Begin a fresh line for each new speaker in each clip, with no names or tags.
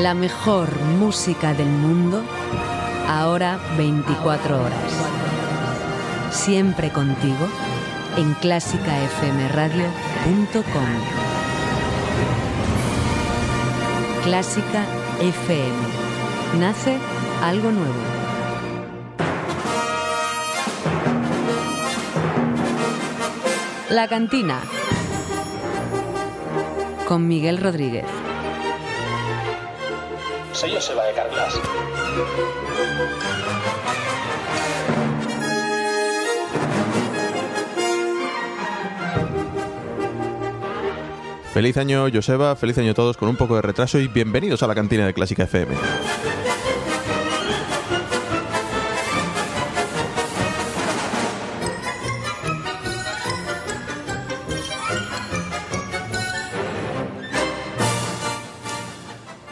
La mejor música del mundo, ahora 24 horas. Siempre contigo en clásicafmradio.com. Clásica FM. Nace algo nuevo. La cantina con Miguel Rodríguez.
Sello Pues se va de Carlas.
Feliz año, Joseba, feliz año a todos con un poco de retraso y bienvenidos a la cantina de Clásica FM.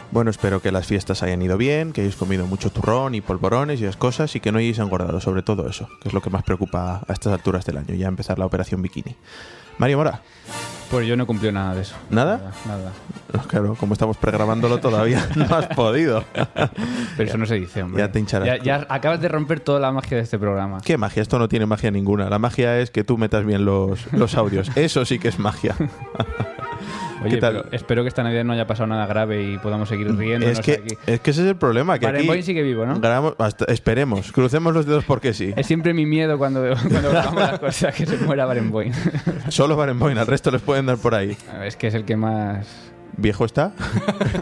Bueno, espero que las fiestas hayan ido bien, que hayáis comido mucho turrón y polvorones y esas cosas y que no hayáis engordado, sobre todo eso, que es lo que más preocupa a estas alturas del año, ya empezar la operación bikini. Mario Mora,
Pues yo no cumplió nada de eso.
¿Nada?
Nada. nada.
claro, como estamos pregrabándolo todavía, no has podido.
Pero eso no se dice, hombre.
Ya te hincharás
Ya,
tú.
ya acabas de romper toda la magia de este programa.
¿Qué magia? Esto no tiene magia ninguna. La magia es que tú metas bien los, los audios. Eso sí que es magia.
Oye,
¿Qué tal?
pero espero que esta Navidad no haya pasado nada grave y podamos seguir riéndonos
Es que,
aquí.
es que ese es el problema. Que
Barenboim
aquí
sigue vivo, ¿no?
grabamos- hasta- esperemos, crucemos los dedos porque sí.
Es siempre mi miedo cuando, cuando grabamos las cosas que se muera Barenboim.
Solo Barenboim, al resto les pueden dar por ahí.
es que es el que más.
¿Viejo está?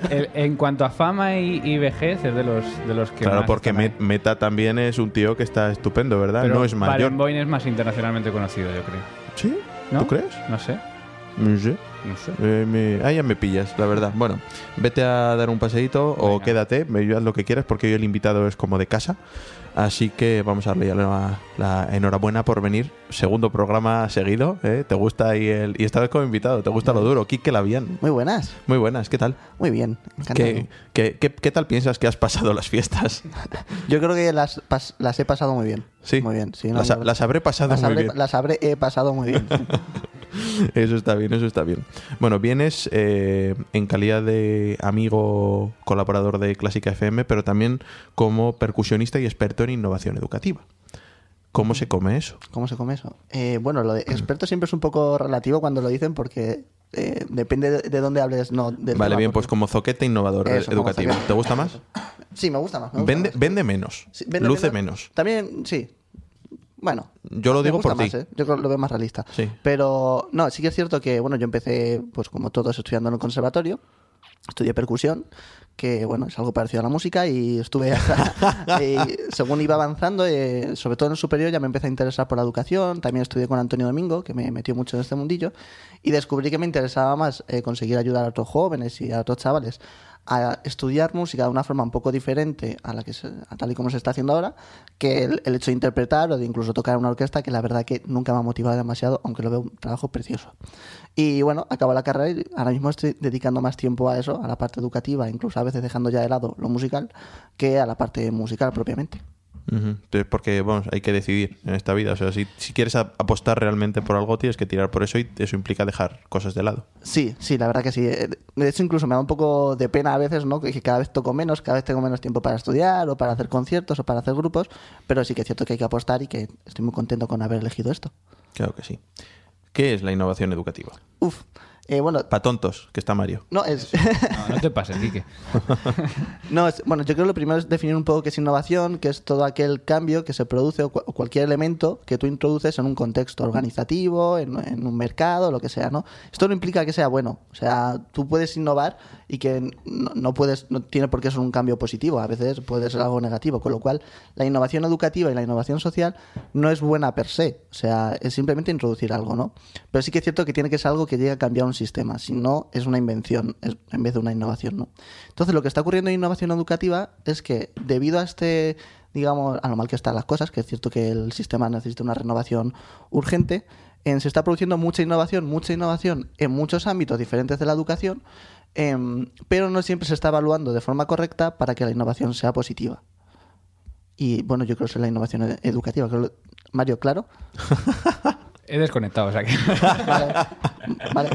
el- en cuanto a fama y, y vejez, es de los, de los que.
Claro,
más
porque
están ahí.
Met- Meta también es un tío que está estupendo, ¿verdad?
Pero
no es mayor.
Barenboim es más internacionalmente conocido, yo creo.
¿Sí?
¿No?
¿Tú crees?
No sé.
No sé.
No sé.
Eh, me- Ah, ya me pillas, la verdad. Bueno, vete a dar un paseíto o
Venga.
quédate, me ayudas lo que quieras porque hoy el invitado es como de casa. Así que vamos a darle ya la, la enhorabuena por venir. Segundo programa seguido, ¿eh? ¿Te gusta ahí el...? Y esta vez como invitado, ¿te gusta lo duro? Quique Labian.
Muy buenas.
Muy buenas, ¿qué tal?
Muy bien. encantado.
¿Qué, qué, qué- qué tal piensas que has pasado las fiestas?
Yo creo que las, pas- las he pasado muy bien.
Sí.
Muy bien. sí, no,
las,
yo-
las habré pasado
las
muy
habré-
bien.
las habré- he pasado muy bien.
Eso está bien, eso está bien. Bueno, vienes eh, en calidad de amigo colaborador de Clásica FM, pero también como percusionista y experto en innovación educativa. ¿Cómo se come eso?
¿Cómo se come eso? Eh, bueno, lo de experto siempre es un poco relativo cuando lo dicen porque eh, depende de, de dónde hables. No, del
vale,
tema,
bien, pues
porque-
como zoquete innovador
Eso, como
educativo.
zoquete.
¿Te gusta más?
Sí, me gusta más. me gusta
Vende,
más.
vende menos,
Sí, vende
luce menos.
También, sí. Bueno.
Yo lo
me
digo
gusta
por ti.
más, ¿eh? Yo creo- lo veo más realista.
Sí.
Pero, no, sí que es cierto que, bueno, yo empecé, pues como todos, estudiando en el conservatorio. Estudié percusión, que, bueno, es algo parecido a la música y estuve hasta... y según iba avanzando, eh, sobre todo en el superior, ya me empecé a interesar por la educación. También estudié con Antonio Domingo, que me metió mucho en este mundillo. Y descubrí que me interesaba más eh, conseguir ayudar a otros jóvenes y a otros chavales a estudiar música de una forma un poco diferente a la que se- a tal y como se está haciendo ahora, que el, el hecho de interpretar o de incluso tocar en una orquesta, que la verdad que nunca me ha motivado demasiado, aunque lo veo un trabajo precioso. Y bueno, acabo la carrera y ahora mismo estoy dedicando más tiempo a eso, a la parte educativa, incluso a veces dejando ya de lado lo musical, que a la parte musical propiamente.
Ujú. Entonces, Porque, vamos, hay que decidir en esta vida. O sea, si, si quieres a- apostar realmente por algo, tienes que tirar por eso y eso implica dejar cosas de lado.
Sí, sí, la verdad que sí. Eh, De hecho, incluso me da un poco de pena a veces, ¿no? Que que cada vez toco menos, cada vez tengo menos tiempo para estudiar o para hacer conciertos o para hacer grupos, pero sí que es cierto que hay que apostar y que estoy muy contento con haber elegido esto.
Claro que sí. ¿Qué es la innovación educativa?
Uf, eh, bueno,
Para tontos, que está Mario.
no es,
No, no te pases, Quique.
no es- bueno, yo creo que lo primero es definir un poco qué es innovación, que es todo aquel cambio que se produce o, cu- o cualquier elemento que tú introduces en un contexto organizativo, en, en un mercado, lo que sea, ¿no? Esto no implica que sea bueno, o sea, tú puedes innovar y que no, no puedes, no tiene por qué ser un cambio positivo, a veces puede ser algo negativo, con lo cual la innovación educativa y la innovación social no es buena per se, o sea, es simplemente introducir algo, ¿no? Pero sí que es cierto que tiene que ser algo que llegue a cambiar un sistema, si no es una invención es- en vez de una innovación, ¿no? Entonces lo que está ocurriendo en innovación educativa es que debido a este, digamos, a lo mal que están las cosas, que es cierto que el sistema necesita una renovación urgente, en- se está produciendo mucha innovación, mucha innovación en muchos ámbitos diferentes de la educación, em, pero no siempre se está evaluando de forma correcta para que la innovación sea positiva. e-, Y bueno, yo creo que es la innovación ed- educativa. Creo- Mario, claro.
He desconectado, o sea que.
Vale. vale.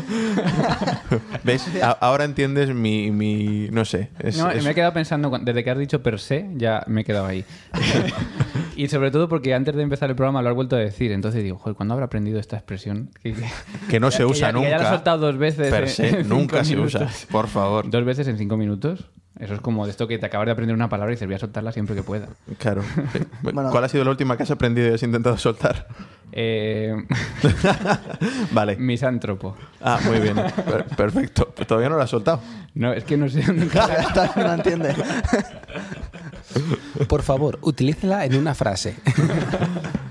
¿Ves? A- ahora entiendes mi, mi- No sé. es-
No,
es-
me he quedado pensando, cuan- desde que has dicho per se, ya me he quedado ahí. y sobre todo porque antes de empezar el programa lo has vuelto a decir. Entonces digo, joder, ¿cuándo habrá aprendido esta expresión? Que,
Que no se usa
ya- que
nunca.
ya la has soltado dos veces.
Per
en-
se,
en cinco
nunca se
minutos.
usa. Por favor.
Dos veces en cinco minutos. Eso es como de esto que te acabas de aprender una palabra y dices, voy a soltarla siempre que pueda.
Claro. sí.
Bueno.
¿Cuál ha sido la última que has aprendido y has intentado soltar?
Eh,
vale.
misántropo.
Ah, muy bien. Per- perfecto. Pues todavía no la has soltado.
No, es que no sé dónde encaja.
Todavía no entiende.
Por favor, utilícela en una frase.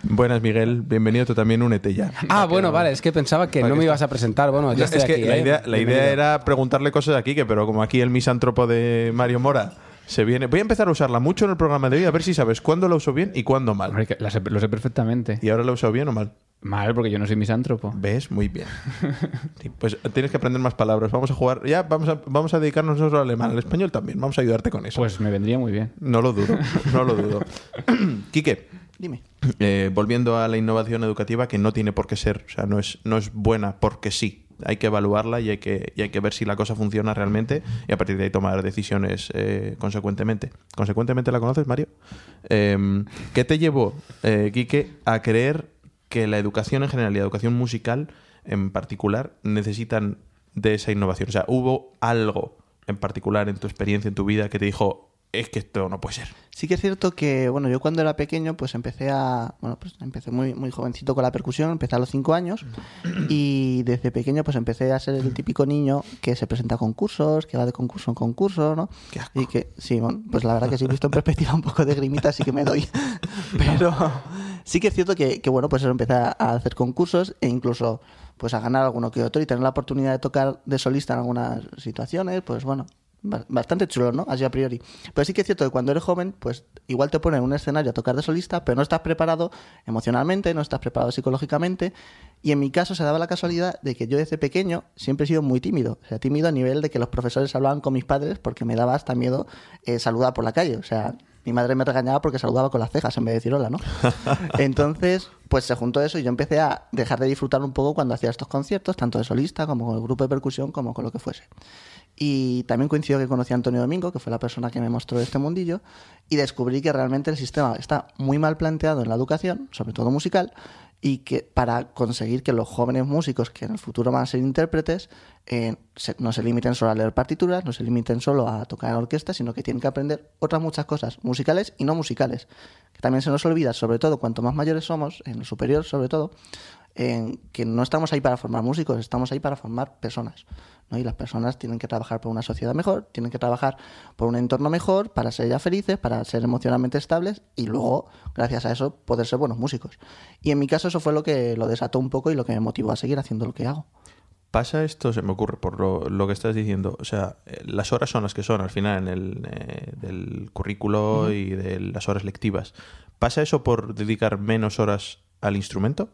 Buenas, Miguel. Bienvenido. Tú también únete ya.
Ah, bueno, vale, es que pensaba que no me ibas a presentar. Bueno, ya
No,
estoy
es que
aquí,
la,
¿eh?
idea, la idea
Bienvenido.
era preguntarle cosas aquí, que pero como aquí el misántropo de Mario Mora se viene. Voy a empezar a usarla mucho en el programa de hoy, a ver si sabes cuándo la uso bien y cuándo mal.
Hombre, que la sé- lo sé perfectamente.
Y ahora la uso bien o mal.
Mal, porque yo no soy misántropo.
¿Ves? Muy bien. Sí, pues tienes que aprender más palabras. Vamos a jugar. Ya, vamos a, vamos a dedicarnos no solo al alemán, al español también. Vamos a ayudarte con eso.
Pues me vendría muy bien.
No lo dudo, no lo dudo. Quique,
Dime.
eh, volviendo a la innovación educativa, que no tiene por qué ser, o sea, no es, no es buena porque sí. Hay que evaluarla y hay que, y hay que ver si la cosa funciona realmente y a partir de ahí tomar decisiones eh, consecuentemente. ¿Consecuentemente la conoces, Mario? Em, ¿Qué te llevó, eh, Quique, a creer que la educación en general y la educación musical en particular necesitan de esa innovación? O sea, ¿hubo algo en particular en tu experiencia, en tu vida, que te dijo, es que esto no puede ser?
Sí que es cierto que, bueno, yo cuando era pequeño, pues empecé a, bueno, pues empecé muy, muy jovencito con la percusión, empecé a los 5 años
Mm.
y desde pequeño pues empecé a ser el típico niño que se presenta a concursos, que va de concurso en concurso, ¿no?
Qué asco.
Y que, sí, bueno, pues la verdad que sí, visto en perspectiva un poco de grimita, así que me doy. Pero sí que es cierto que, que, bueno, pues eso, empecé a hacer concursos e incluso pues a ganar alguno que otro y tener la oportunidad de tocar de solista en algunas situaciones, pues bueno, ba- bastante chulo, ¿no? Así a priori. Pero sí que es cierto que cuando eres joven, pues igual te ponen en un escenario a tocar de solista, pero no estás preparado emocionalmente, no estás preparado psicológicamente. Y en mi caso se daba la casualidad de que yo desde pequeño siempre he sido muy tímido. O sea, tímido a nivel de que los profesores hablaban con mis padres porque me daba hasta miedo eh, saludar por la calle. O sea, mi madre me regañaba porque saludaba con las cejas en vez de decir hola, ¿no? Entonces, pues se juntó eso y yo empecé a dejar de disfrutar un poco cuando hacía estos conciertos, tanto de solista como con el grupo de percusión, como con lo que fuese. Y también coincidió que conocí a Antonio Domingo, que fue la persona que me mostró este mundillo, y descubrí que realmente el sistema está muy mal planteado en la educación, sobre todo musical, y que para conseguir que los jóvenes músicos que en el futuro van a ser intérpretes eh, se- no se limiten solo a leer partituras, no se limiten solo a tocar en orquesta, sino que tienen que aprender otras muchas cosas, musicales y no musicales, que también se nos olvida, sobre todo cuanto más mayores somos, en el superior sobre todo, en que no estamos ahí para formar músicos, estamos ahí para formar personas. ¿no? Y las personas tienen que trabajar por una sociedad mejor, tienen que trabajar por un entorno mejor, para ser ya felices, para ser emocionalmente estables y luego, gracias a eso, poder ser buenos músicos. Y en mi caso eso fue lo que lo desató un poco y lo que me motivó a seguir haciendo lo que hago.
Pasa esto, se me ocurre, por lo, lo que estás diciendo. O sea, eh, las horas son las que son al final en el, eh, del currículo y de las horas lectivas. ¿Pasa eso por dedicar menos horas al instrumento?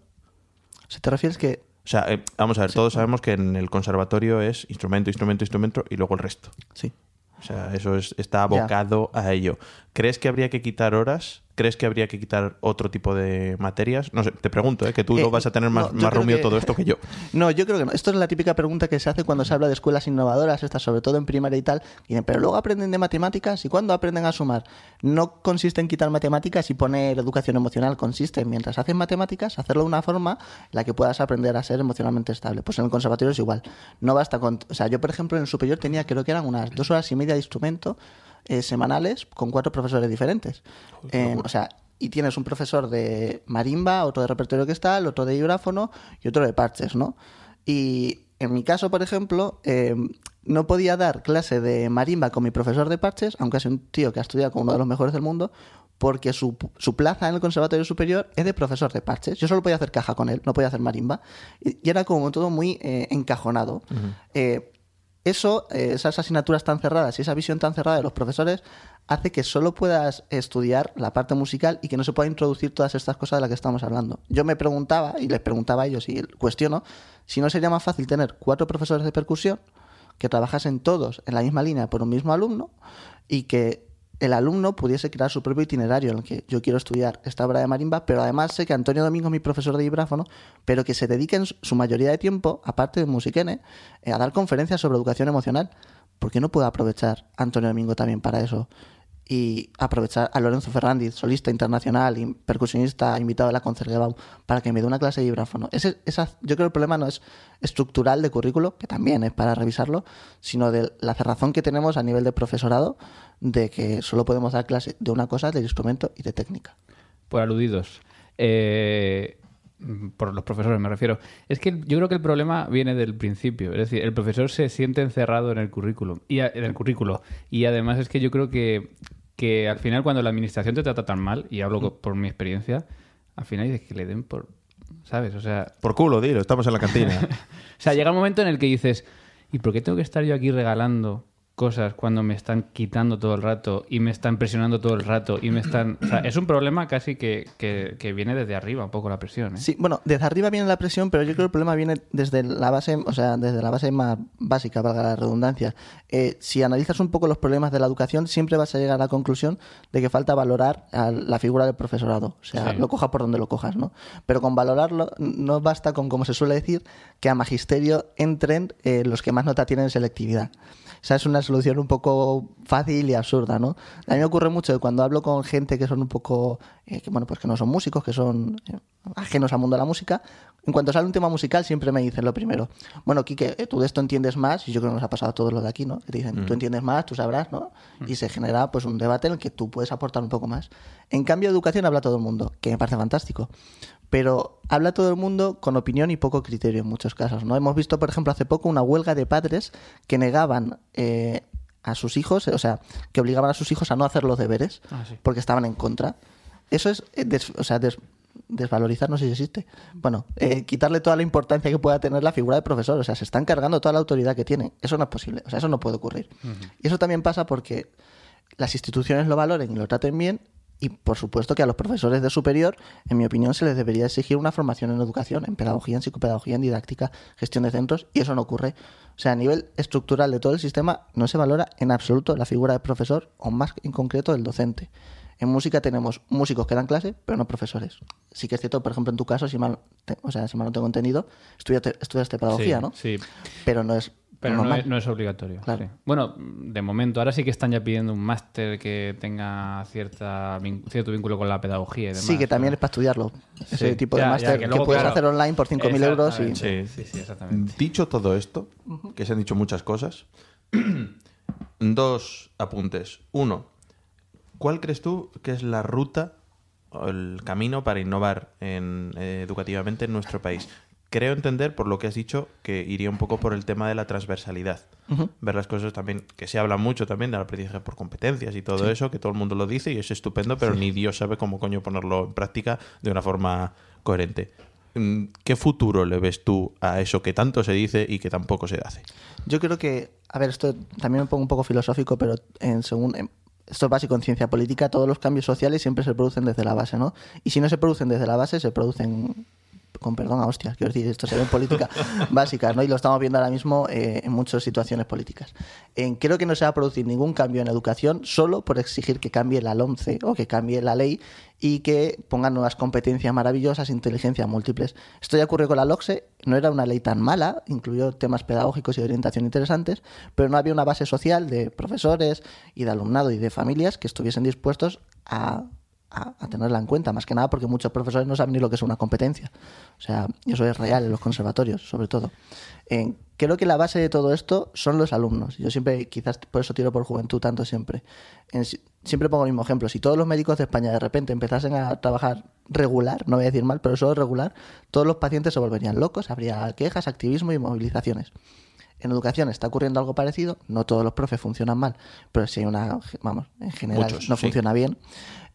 ¿Se te refieres que...
O sea, eh, vamos a ver, todos sabemos que en el conservatorio es instrumento, instrumento, instrumento y luego el resto.
Sí.
O sea, eso es- está abocado a ello. ¿Crees que habría que quitar horas? ¿Crees que habría que quitar otro tipo de materias? No sé, te pregunto, ¿eh? que tú
Eh,
lo vas a tener más,
no, yo
más
creo
reunido
que-
todo esto que yo.
No, yo creo que no. Esto es la típica pregunta que se hace cuando se habla de escuelas innovadoras, estas sobre todo en primaria y tal. Y dicen, pero luego aprenden de matemáticas y cuando aprenden a sumar. No consiste en quitar matemáticas y poner educación emocional, consiste en mientras haces matemáticas, hacerlo de una forma en la que puedas aprender a ser emocionalmente estable. Pues en el conservatorio es igual. No basta con. O sea, yo por ejemplo en el superior tenía, creo que eran unas dos horas y media de instrumento eh, semanales con cuatro profesores diferentes. Eh, o sea, y tienes un profesor de marimba, otro de repertorio orquestal, otro de vibráfono y otro de parches, ¿no? Y en mi caso, por ejemplo, eh, no podía dar clase de marimba con mi profesor de parches, aunque es un tío que ha estudiado con uno de los mejores del mundo, porque su, su plaza en el Conservatorio Superior es de profesor de parches. Yo solo podía hacer caja con él, no podía hacer marimba. Y, y era como todo muy eh, encajonado. Eh, eso, eh, esas asignaturas tan cerradas y esa visión tan cerrada de los profesores hace que solo puedas estudiar la parte musical y que no se pueda introducir todas estas cosas de las que estamos hablando. Yo me preguntaba, y les preguntaba a ellos, y cuestiono, si no sería más fácil tener cuatro profesores de percusión que trabajasen todos en la misma línea por un mismo alumno y que el alumno pudiese crear su propio itinerario en el que yo quiero estudiar esta obra de marimba, pero además sé que Antonio Domingo es mi profesor de vibráfono, pero que se dedique en su mayoría de tiempo, aparte de musiquene, eh, a dar conferencias sobre educación emocional. ¿Por qué no puedo aprovechar a Antonio Domingo también para eso? Y aprovechar a Lorenzo Fernández, solista internacional y percusionista invitado de la Concertgebouw, para que me dé una clase de vibráfono. Ese, esa, yo creo que el problema no es estructural de currículo, que también es para revisarlo, sino de la cerrazón que tenemos a nivel de profesorado de que solo podemos dar clase de una cosa, del instrumento y de técnica.
por aludidos. Eh, por los profesores me refiero. Es que yo creo que el problema viene del principio. Es decir, el profesor se siente encerrado en el currículum. Y a- en el currículo. Y además es que yo creo que, que al final cuando la administración te trata tan mal, y hablo co- por mi experiencia, al final dices que le den por... ¿Sabes? O sea,
Por culo, dilo, estamos en la cantina.
o sea, llega un momento en el que dices, ¿y por qué tengo que estar yo aquí regalando cosas cuando me están quitando todo el rato y me están presionando todo el rato y me están... O sea, es un problema casi que, que- que viene desde arriba un poco la presión, ¿eh?
Sí, bueno, desde arriba viene la presión, pero yo creo que el problema viene desde la base, o sea, desde la base más básica, valga la redundancia. Eh, si analizas un poco los problemas de la educación, siempre vas a llegar a la conclusión de que falta valorar a la figura del profesorado. O sea,
Sí.
lo cojas por donde lo cojas, ¿no? Pero con valorarlo no basta con, como se suele decir, que a magisterio entren eh, los que más nota tienen en selectividad. Esa es una solución un poco fácil y absurda, ¿no? A mí me ocurre mucho que cuando hablo con gente que son un poco, eh, que bueno, pues que no son músicos, que son eh, ajenos al mundo de la música, en cuanto sale un tema musical siempre me dicen lo primero, bueno, Quique, eh, tú de esto entiendes más, y yo creo que nos ha pasado a todos los de aquí, ¿no? Que te dicen, tú entiendes más, tú sabrás, ¿no? Y se genera pues un debate en el que tú puedes aportar un poco más. En cambio, educación habla todo el mundo, que me parece fantástico pero habla todo el mundo con opinión y poco criterio en muchos casos. ¿no? Hemos visto, por ejemplo, hace poco una huelga de padres que negaban eh, a sus hijos, o sea, que obligaban a sus hijos a no hacer los deberes porque estaban en contra. Eso es, eh, des- o sea, des- desvalorizar, no sé si existe. Bueno, eh, quitarle toda la importancia que pueda tener la figura de profesor. O sea, se están cargando toda la autoridad que tienen. Eso no es posible, o sea, eso no puede ocurrir. Y eso también pasa porque las instituciones lo valoren y lo traten bien. Y por supuesto que a los profesores de superior, en mi opinión, se les debería exigir una formación en educación, en pedagogía, en psicopedagogía, en didáctica, gestión de centros, y eso no ocurre. O sea, a nivel estructural de todo el sistema no se valora en absoluto la figura del profesor, o más en concreto del docente. En música tenemos músicos que dan clase, pero no profesores. Sí que es cierto, por ejemplo, en tu caso, si mal, te- o sea, si mal no tengo entendido, estudiaste, estudiaste pedagogía,
Sí,
¿no?
sí.
Pero no es
Pero no
normal.
es, no es obligatorio.
Claro.
sí. Bueno, de momento, ahora sí que están ya pidiendo un máster que tenga cierta vin- cierto vínculo con la pedagogía y demás.
Sí, que también es
pero-
para estudiarlo. Ese
Sí.
tipo
Ya,
de
ya,
máster que,
luego,
puedes
claro,
hacer online por 5.000 euros. Y...
exactamente.
Sí.
Sí, sí, exactamente.
Dicho todo esto, que se han dicho muchas cosas, dos apuntes. Uno, ¿cuál crees tú que es la ruta o el camino para innovar en, eh, educativamente en nuestro país? Creo entender, por lo que has dicho, que iría un poco por el tema de la transversalidad. Ver las cosas también, que se habla mucho también del aprendizaje por competencias y todo eso, que todo el mundo lo dice y es estupendo, pero ni Dios sabe cómo coño ponerlo en práctica de una forma coherente. Mm, ¿Qué futuro le ves tú a eso que tanto se dice y que tampoco se hace?
Yo creo que, a ver, esto también me pongo un poco filosófico, pero en según en- esto es básico en ciencia política, todos los cambios sociales siempre se producen desde la base, ¿no? Y si no se producen desde la base, se producen con perdón a hostias, quiero decir, esto se ve en política básica, ¿no? Y lo estamos viendo ahora mismo eh, en muchas situaciones políticas. En- creo que no se va a producir ningún cambio en educación solo por exigir que cambie la LOMCE o que cambie la ley y que pongan nuevas competencias maravillosas, inteligencias múltiples. Esto ya ocurrió con la LOCSE, E, no era una ley tan mala, incluyó temas pedagógicos y de orientación interesantes, pero no había una base social de profesores y de alumnado y de familias que estuviesen dispuestos a a, a tenerla en cuenta, más que nada porque muchos profesores no saben ni lo que es una competencia. O sea, y eso es real en los conservatorios, sobre todo. Eh, creo que la base de todo esto son los alumnos. Yo siempre, quizás por eso tiro por juventud tanto siempre. En si- siempre pongo el mismo ejemplo. Si todos los médicos de España de repente empezasen a trabajar regular, no voy a decir mal, pero solo regular, todos los pacientes se volverían locos, habría quejas, activismo y movilizaciones. En educación está ocurriendo algo parecido, no todos los profes funcionan mal, pero si hay una, vamos, en general
Muchos,
no
sí.
funciona bien.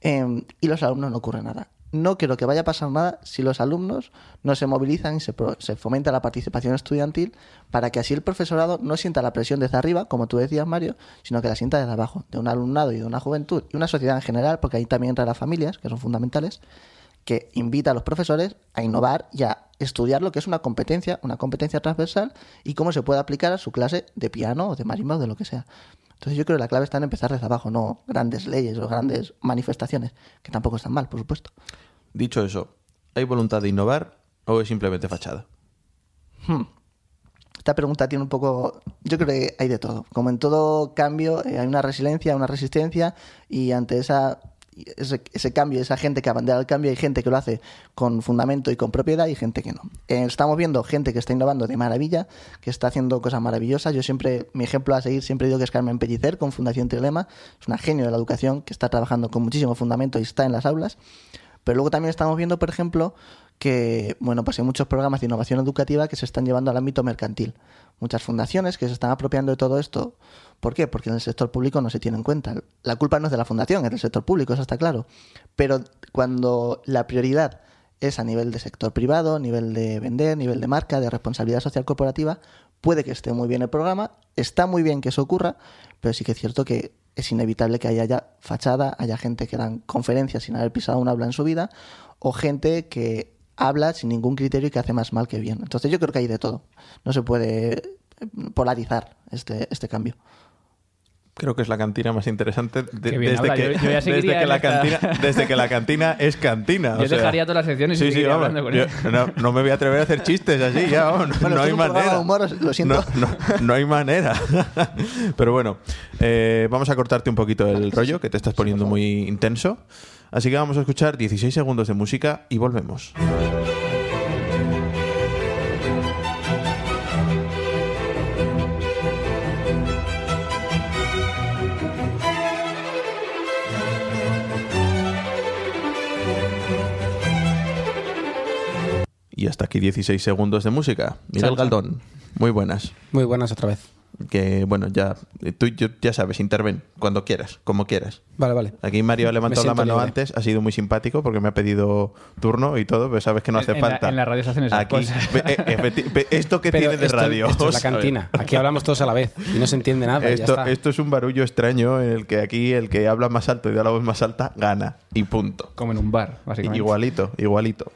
Eh, y los alumnos no ocurre nada. No creo que vaya a pasar nada si los alumnos no se movilizan y se, pro- se fomenta la participación estudiantil para que así el profesorado no sienta la presión desde arriba, como tú decías, Mario, sino que la sienta desde abajo, de un alumnado y de una juventud y una sociedad en general, porque ahí también entra las familias, que son fundamentales, que invita a los profesores a innovar y a estudiar lo que es una competencia, una competencia transversal y cómo se puede aplicar a su clase de piano o de marimba o de lo que sea. Entonces yo creo que la clave está en empezar desde abajo, no grandes leyes o grandes manifestaciones, que tampoco están mal, por supuesto.
Dicho eso, ¿hay voluntad de innovar o es simplemente fachada?
Hmm. Esta pregunta tiene un poco. Yo creo que hay de todo. Como en todo cambio, eh, hay una resiliencia, una resistencia, y ante esa, ese, ese cambio, esa gente que abandera el cambio, hay gente que lo hace con fundamento y con propiedad y gente que no. Eh, estamos viendo gente que está innovando de maravilla, que está haciendo cosas maravillosas. Yo siempre, mi ejemplo a seguir, siempre digo que es Carmen Pellicer con Fundación Trilema. Es una genio de la educación que está trabajando con muchísimo fundamento y está en las aulas. Pero luego también estamos viendo, por ejemplo, que bueno, pues hay muchos programas de innovación educativa que se están llevando al ámbito mercantil. Muchas fundaciones que se están apropiando de todo esto. ¿Por qué? Porque en el sector público no se tiene en cuenta. La culpa no es de la fundación, es del sector público, eso está claro. Pero cuando la prioridad es a nivel de sector privado, nivel de vender, nivel de marca, de responsabilidad social corporativa, puede que esté muy bien el programa, está muy bien que eso ocurra, pero sí que es cierto que es inevitable que haya ya fachada, haya gente que dan conferencias sin haber pisado un habla en su vida, o gente que habla sin ningún criterio y que hace más mal que bien. Entonces yo creo que hay de todo. No se puede eh, polarizar este, este cambio.
Creo que es la cantina más interesante de-
Qué bien
desde,
habla,
que,
yo- yo ya
desde,
seguiría
que
en
la
esta.
cantina, desde que la cantina es cantina.
Yo
o sea.
dejaría todas las secciones y
Sí, sí,
seguiría
vamos,
hablando con
yo
él.
no, no me voy a atrever a hacer chistes así, ya, vamos, no,
Bueno,
no
esto
hay
es un programa
manera.
de humor, os- lo siento.
No, no- no hay manera. Pero bueno, eh, vamos a cortarte un poquito el rollo, que te estás poniendo muy intenso. Así que vamos a escuchar 16 segundos de música y volvemos. Y hasta aquí 16 segundos de música. Miguel
Salsa.
Galdón, muy buenas.
Muy buenas otra vez.
Que bueno, ya eh, tú yo- ya sabes, interven cuando quieras, como quieras.
Vale, vale.
Aquí Mario ha levantado la
siento
mano
libre.
antes, ha sido muy simpático porque me ha pedido turno y todo, pero sabes que no
En-
hace
en la-
falta.
en la radio se hacen esas
Aquí,
cosas.
ve- eh, efecti- ve- esto que
Pero
tiene de
esto-
radio.
esto es la
¿sabes?
cantina. Aquí hablamos todos a la vez y no se entiende nada. y ya
Esto,
está.
esto es un barullo extraño en el que aquí el que habla más alto y da la voz más alta gana. Y punto.
Como en un bar, básicamente.
Igualito, igualito.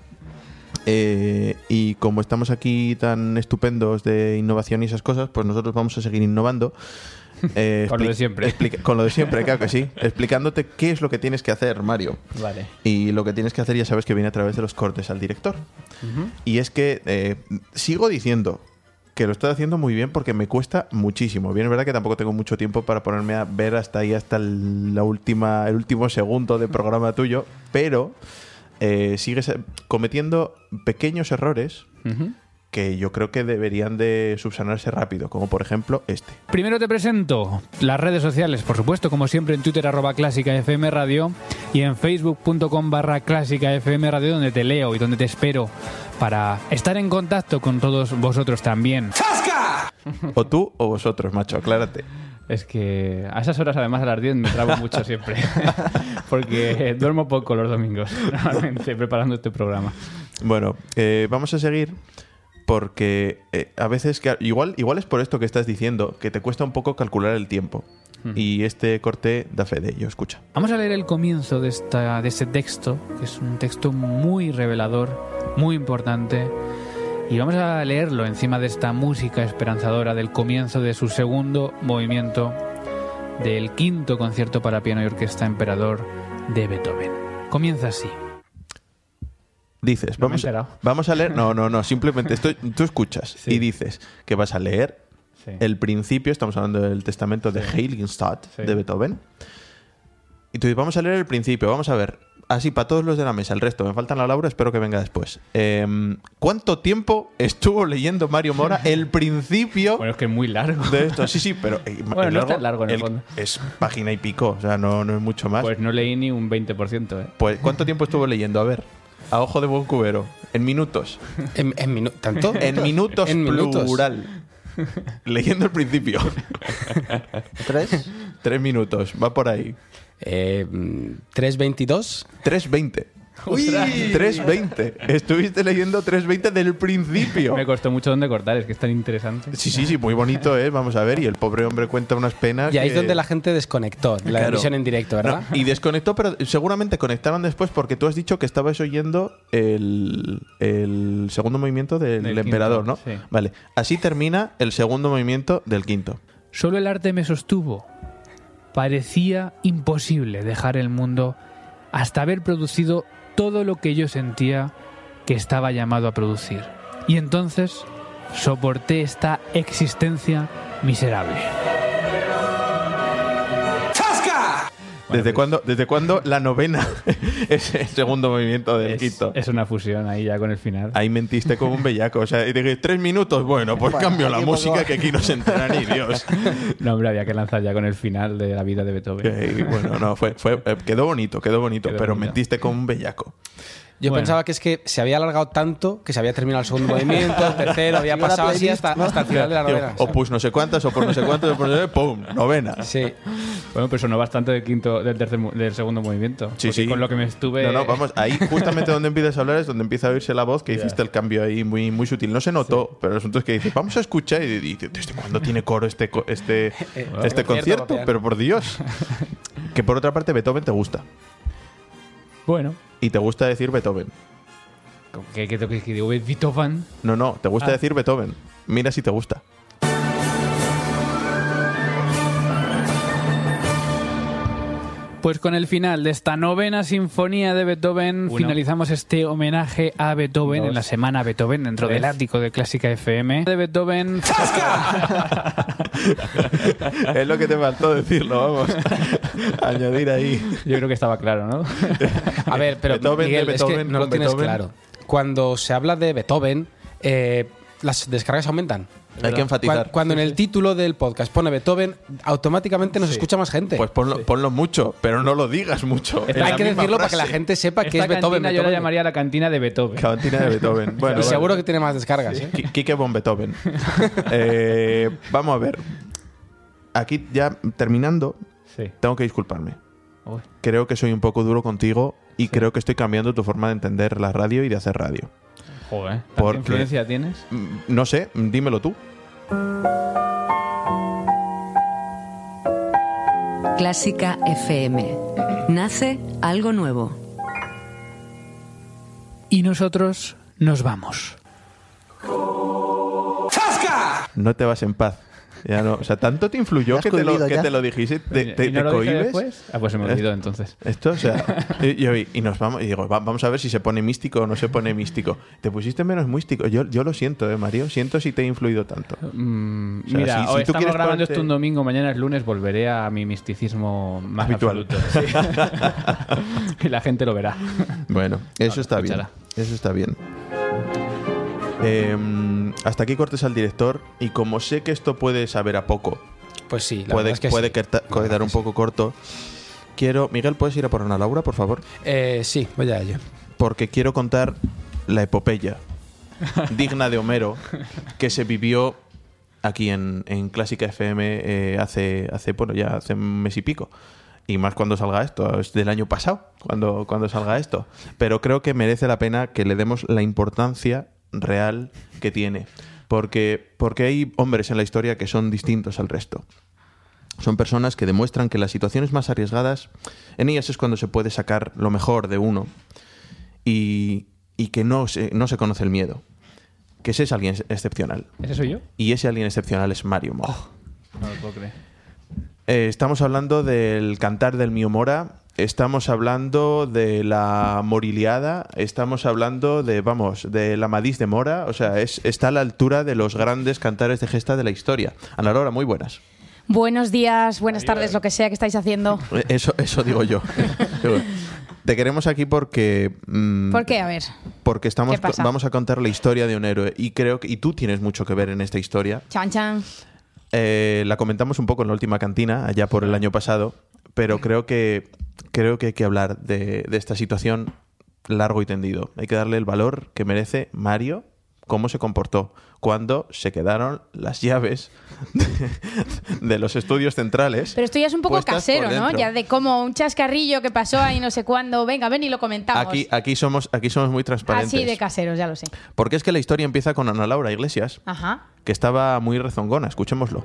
Eh, y como estamos aquí tan estupendos de innovación y esas cosas, pues nosotros vamos a seguir innovando. Eh,
Con lo de
expli-
siempre.
explica- con lo de siempre, claro que sí. Explicándote qué es lo que tienes que hacer, Mario.
Vale.
Y lo que tienes que hacer ya sabes que viene a través de los cortes al director. Y es que eh, sigo diciendo que lo estoy haciendo muy bien porque me cuesta muchísimo. Bien, es verdad que tampoco tengo mucho tiempo para ponerme a ver hasta ahí, hasta el- la última, el último segundo de programa tuyo, pero eh, sigues eh, cometiendo pequeños errores
Ujú.
que yo creo que deberían de subsanarse rápido, como por ejemplo este.
Primero te presento las redes sociales, por supuesto, como siempre en Twitter arroba clásica FM Radio y en facebook.com barra clásica FM Radio donde te leo y donde te espero para estar en contacto con todos vosotros también.
O tú o vosotros, macho, aclárate.
Es que a esas horas, además a las 10, me trabo mucho siempre. Porque duermo poco los domingos, normalmente, preparando este programa.
Bueno, eh, vamos a seguir porque eh, a veces, que, igual, igual es por esto que estás diciendo, que te cuesta un poco calcular el tiempo. Y este corte da fe de ello, escucha.
Vamos a leer el comienzo de, esta, de este texto, que es un texto muy revelador, muy importante. Y vamos a leerlo encima de esta música esperanzadora del comienzo de su segundo movimiento del quinto concierto para piano y orquesta emperador de Beethoven. Comienza así.
Dices,
No me
vamos,
he enterado.
vamos a leer. No, no, no, simplemente esto, tú escuchas
Sí.
y dices que vas a leer el principio, estamos hablando del testamento de Heiligenstadt
Sí.
de Beethoven. Y tú dices, vamos a leer el principio, vamos a ver. Así, para todos los de la mesa, el resto, me faltan la Laura, espero que venga después. Em, ¿Cuánto tiempo estuvo leyendo Mario Mora el principio
Bueno, es que es muy largo.
de esto? Sí, sí, pero. eh,
Bueno, no es tan largo en el fondo.
Es página y pico, o sea, no, no es mucho más. Pues,
Pues no leí ni un 20%, ¿eh?
¿cuánto tiempo estuvo leyendo? A ver, a ojo de buen cubero, en minutos.
En, en minu- ¿Tanto?
En minutos,
En minutos.
plural. Leyendo el principio.
Tres,
Tres minutos, va por ahí.
Eh, mm, 3.22.
3.20. ¡Uy! 320. Estuviste leyendo 320 del principio.
Me costó mucho dónde cortar, es que es tan interesante.
Sí, sí, sí, muy bonito es, vamos a ver. Y el pobre hombre cuenta unas penas.
Y ahí es
que-
donde la gente desconectó, la
Ah, Claro.
emisión en directo, ¿verdad?
No, y desconectó, pero seguramente conectaron después porque tú has dicho que estabas oyendo el, el segundo movimiento del,
Del
emperador,
quinto,
¿no?
sí.
Vale, así termina el segundo movimiento del quinto.
Solo el arte me sostuvo. Parecía imposible dejar el mundo hasta haber producido todo lo que yo sentía que estaba llamado a producir. Y entonces soporté esta existencia miserable.
¿Desde,
pues
cuándo, ¿Desde cuándo la novena es el segundo movimiento del quinto?
una fusión ahí ya con el final.
Ahí mentiste como un bellaco. O sea, y dije, tres minutos, bueno, pues
Bueno,
cambio la
aquí
música
pongo-
que aquí no se entera ni Dios.
No, hombre, había que lanzar ya con el final de la vida de Beethoven.
Que, bueno, no, fue, fue, eh, quedó bonito, quedó bonito,
Quedó
pero
bonito.
mentiste como un bellaco.
Yo
Bueno.
pensaba que es que se había alargado tanto que se había terminado el segundo movimiento, el tercero, había
Una
pasado así
playlist,
hasta,
¿no?
hasta el final de la novela.
O pues no sé cuántas, o por no sé cuántas, o por no sé ¡pum! Novena.
Sí.
Bueno, pero sonó bastante del quinto, del tercer, mu- del segundo movimiento.
Sí,
Porque
sí.
Con lo que me estuve.
No, no, vamos, ahí justamente donde empiezas a hablar es donde empieza a oírse la voz que hiciste el cambio ahí muy, muy sutil. No se notó, pero el asunto es que dices, vamos a escuchar y dices, ¿desde cuándo tiene coro este, co- este, este
Eh, concierto,
concierto?
Papián.
Pero por Dios. Que por otra parte, Beethoven te gusta.
Bueno,
Y te gusta decir Beethoven.
que, que, que, que digo Beethoven.
No, no, te gusta
Ah.
decir Beethoven. Mira si te gusta.
Pues con el final de esta novena sinfonía de Beethoven finalizamos este homenaje a Beethoven en la semana Beethoven dentro del ático de Clásica FM. De Beethoven.
es lo que te faltó decirlo, vamos. Añadir ahí.
Yo creo que estaba claro, ¿no?
A ver, pero
Beethoven,
Miguel,
de
es que
Beethoven,
no lo
con
tienes
Beethoven.
claro. Cuando se habla de Beethoven, eh, las descargas aumentan.
Hay que enfatizar.
Cuan- Cuando en el título del podcast pone Beethoven, automáticamente nos escucha más gente.
Pues ponlo, ponlo mucho, pero no lo digas mucho.
Esta-
En
Hay
la
que
misma
decirlo para que
frase.
la gente sepa que
Esta
es Beethoven.
cantina Yo la
Beethoven.
llamaría la cantina de Beethoven.
Cantina de Beethoven. Bueno,
y
vale.
seguro que tiene más descargas. ¿eh?
Qui- Quique von Beethoven. Eh, vamos a ver. Aquí ya terminando,
Sí.
tengo que disculparme.
Uy.
Creo que soy un poco duro contigo y creo que estoy cambiando tu forma de entender la radio y de hacer radio.
Joder. ¿Tanta
Porque-
influencia tienes?
Mm, No sé, mm, dímelo tú.
Clásica FM. Nace algo nuevo.
Y nosotros nos vamos.
No te vas en paz. Ya no, o sea, tanto te influyó
Te has
que te, lo,
cohibido
que
ya.
te lo dijiste, te, te-
¿Y no
te
lo dije
cohibes.
después? Ah, pues se me olvidó
Eh,
entonces.
Esto, o sea, y, yo vi- y nos vamos, y digo, va- vamos a ver si se pone místico o no se pone místico. Te pusiste menos místico. Yo, yo lo siento, eh, Mario. Siento si te he influido tanto.
Mm,
O sea,
Mira,
si- si
hoy
tú
estamos
quieres
grabando
ponerte-
esto un domingo, mañana es lunes, volveré a mi misticismo más
Habitual.
absoluto. sí. y la gente lo verá.
Bueno, eso
Ahora,
está
escúchala.
bien. Eso está bien. Eh, hasta aquí cortes al director y como sé que esto puede saber a poco,
Pues sí, la
puede,
verdad es que
puede
sí.
querta-
La verdad
quedar un
es que
poco corto, quiero... Miguel, ¿puedes ir a por una Laura, por favor?
sí. Eh, sí, voy a ello.
Porque quiero contar la epopeya digna de Homero que se vivió aquí en, en Clásica FM eh, hace, hace, bueno, ya hace un mes y pico. Y más cuando salga esto, es del año pasado, cuando, cuando salga esto. Pero creo que merece la pena que le demos la importancia real que tiene. Porque, porque hay hombres en la historia que son distintos al resto. Son personas que demuestran que las situaciones más arriesgadas, en ellas es cuando se puede sacar lo mejor de uno y, y que no se, no se conoce el miedo. Que ese es alguien excepcional.
¿Ese soy yo?
Y ese alguien excepcional es Mario Mora.
Oh. No lo puedo creer.
Eh, estamos hablando del cantar del Mio Mora. Estamos hablando de la Moriliada. Estamos hablando de, vamos, de la Madis de Mora. O sea, es, está a la altura de los grandes cantares de gesta de la historia. Ana Laura, muy buenas.
Buenos días, buenas tardes, lo que sea que estáis haciendo.
Eh, Eso, eso digo yo. Te queremos aquí porque. mm,
¿Por qué? A ver.
Porque estamos
¿Qué pasa?
vamos a contar la historia de un héroe y creo que y tú tienes mucho que ver en esta historia.
Chan, chan.
Eh, la comentamos un poco en la última cantina allá por el año pasado, pero creo que creo que hay que hablar de, de esta situación largo y tendido. Hay que darle el valor que merece Mario cómo se comportó cuando se quedaron las llaves de, de los estudios centrales.
Pero esto ya es un poco
puestas
casero,
por
¿no?
dentro.
Ya de como un chascarrillo que pasó ahí no sé cuándo. Venga, ven y lo comentamos.
Aquí, aquí, somos, aquí somos muy transparentes.
Así de caseros, ya lo sé.
Porque es que la historia empieza con Ana Laura Iglesias,
Ajá.
que estaba muy rezongona, escuchémoslo.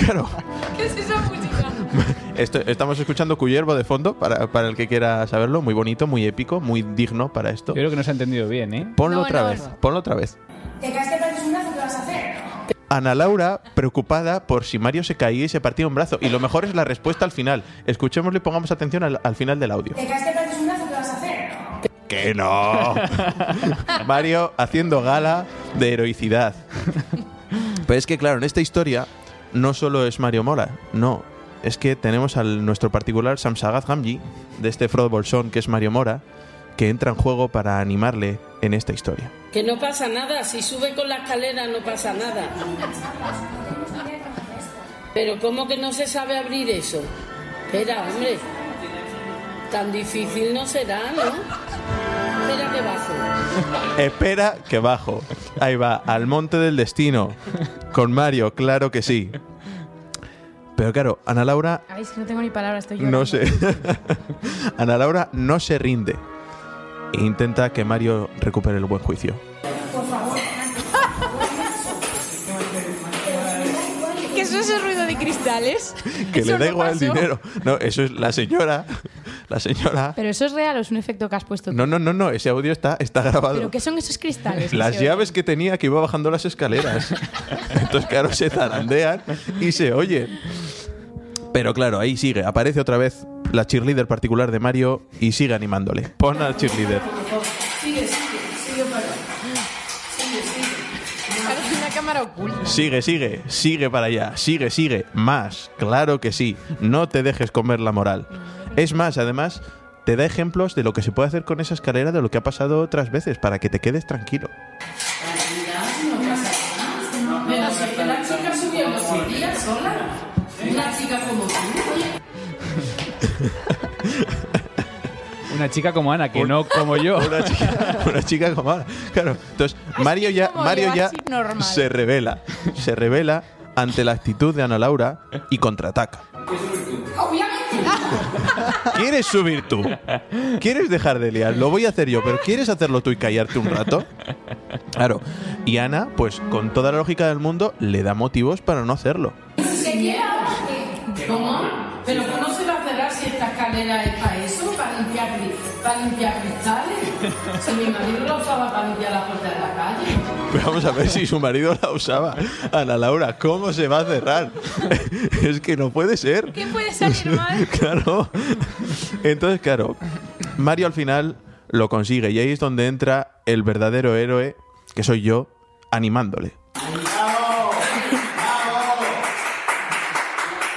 Claro,
¿Qué es esa música?
esto- estamos escuchando Cuyervo de fondo, para, para el que quiera saberlo, muy bonito, muy épico, muy digno para esto.
Yo creo que no se ha entendido bien, ¿eh?
Ponlo
No,
otra
no,
vez,
no.
ponlo otra vez. Ana Laura, preocupada por si Mario se caía y se partía un brazo. Y lo mejor es la respuesta al final. Escuchémoslo y pongamos atención al, al final del audio. ¡Que no! Mario haciendo gala de heroicidad. Pero es que, claro, en esta historia no solo es Mario Mora, no. Es que tenemos al nuestro particular Samsagat Gamji, de este Frodo Bolsón, que es Mario Mora, que entra en juego para animarle en esta historia.
Que no pasa nada, si sube con la escalera no pasa nada. Pero ¿cómo que no se sabe abrir eso? Espera, hombre. Tan difícil no será, ¿no? Espera que bajo.
Espera que bajo. Ahí va, al monte del destino. Con Mario, claro que sí. Pero claro, Ana Laura
Ay, es que no tengo ni palabras, estoy llorando.
no se. Ana Laura no se rinde. E intenta que Mario recupere el buen juicio.
¿Qué es ese ruido de cristales?
Que
Eso
le da
no
igual
pasó.
el dinero. No, eso es la señora. La señora.
¿Pero eso es real o es un efecto que has puesto tú?
No, no, no, no. Ese audio está, está grabado.
¿Pero qué son esos cristales? que
Las
se
llaves que tenía que iba bajando las escaleras. Entonces, claro, se zarandean y se oyen. Pero claro, ahí sigue. Aparece otra vez la cheerleader particular de Mario y sigue animándole. Pon al cheerleader.
oyen? Una cámara oculta.
Sigue, sigue, sigue para allá. Sigue, sigue. Más. Claro que sí. No te dejes comer la moral. Es más, además, te da ejemplos de lo que se puede hacer con esa escalera, de lo que ha pasado otras veces, para que te quedes tranquilo.
Pero si es que la chica subió los seis días sola. Una chica como tú.
Una chica como Ana, que no como yo.
una chica, una chica como ahora. Claro. Entonces, Mario ya,
como
Mario
yo,
ya
así normal.
se revela. Se revela ante la actitud de Ana Laura y contraataca. ¿Quieres subir tú? ¿Quieres dejar de liar? Lo voy a hacer yo, pero ¿quieres hacerlo tú y callarte un rato? Claro. Y Ana, pues con toda la lógica del mundo, le da motivos para no hacerlo.
¿Cómo? ¿Pero cómo se va a cerrar si esta escalera es para eso? ¿Para limpiar, cri- para limpiar cristales? Si mi marido lo usaba para limpiar la puerta de la calle.
Pero Vamos a ver si su marido la usaba. Ana Laura, ¿cómo se va a cerrar? Es que no puede ser.
¿Qué ¿eh? puede salir mal?
claro. Entonces, claro, Mario al final lo consigue y ahí es donde entra el verdadero héroe, que soy yo, animándole.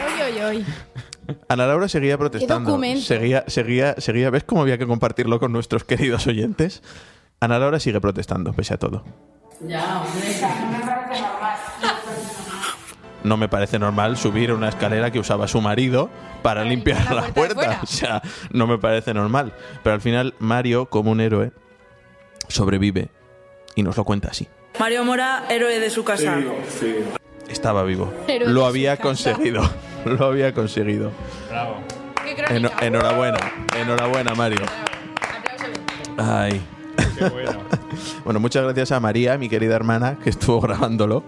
Oy, oy, oy.
Ana Laura seguía protestando.
documento?
Seguía, seguía, seguía. ¿Ves cómo había que compartirlo con nuestros queridos oyentes? Ana Laura sigue protestando, pese a todo.
Ya, hombre.
No me parece normal subir una escalera que usaba su marido para limpiar
limpiar la
las
puerta de
puertas.
fuera.
O sea, no me parece normal. Pero al final, Mario, como un héroe, sobrevive y nos lo cuenta así.
Mario Mora, héroe de su casa.
Estaba vivo.
Pero
lo
de
había
su casa.
conseguido. Lo había conseguido.
¿Qué
En-
crónica?
enhorabuena. Enhorabuena, Mario. Ay. bueno, muchas gracias a María, mi querida hermana, que estuvo grabándolo.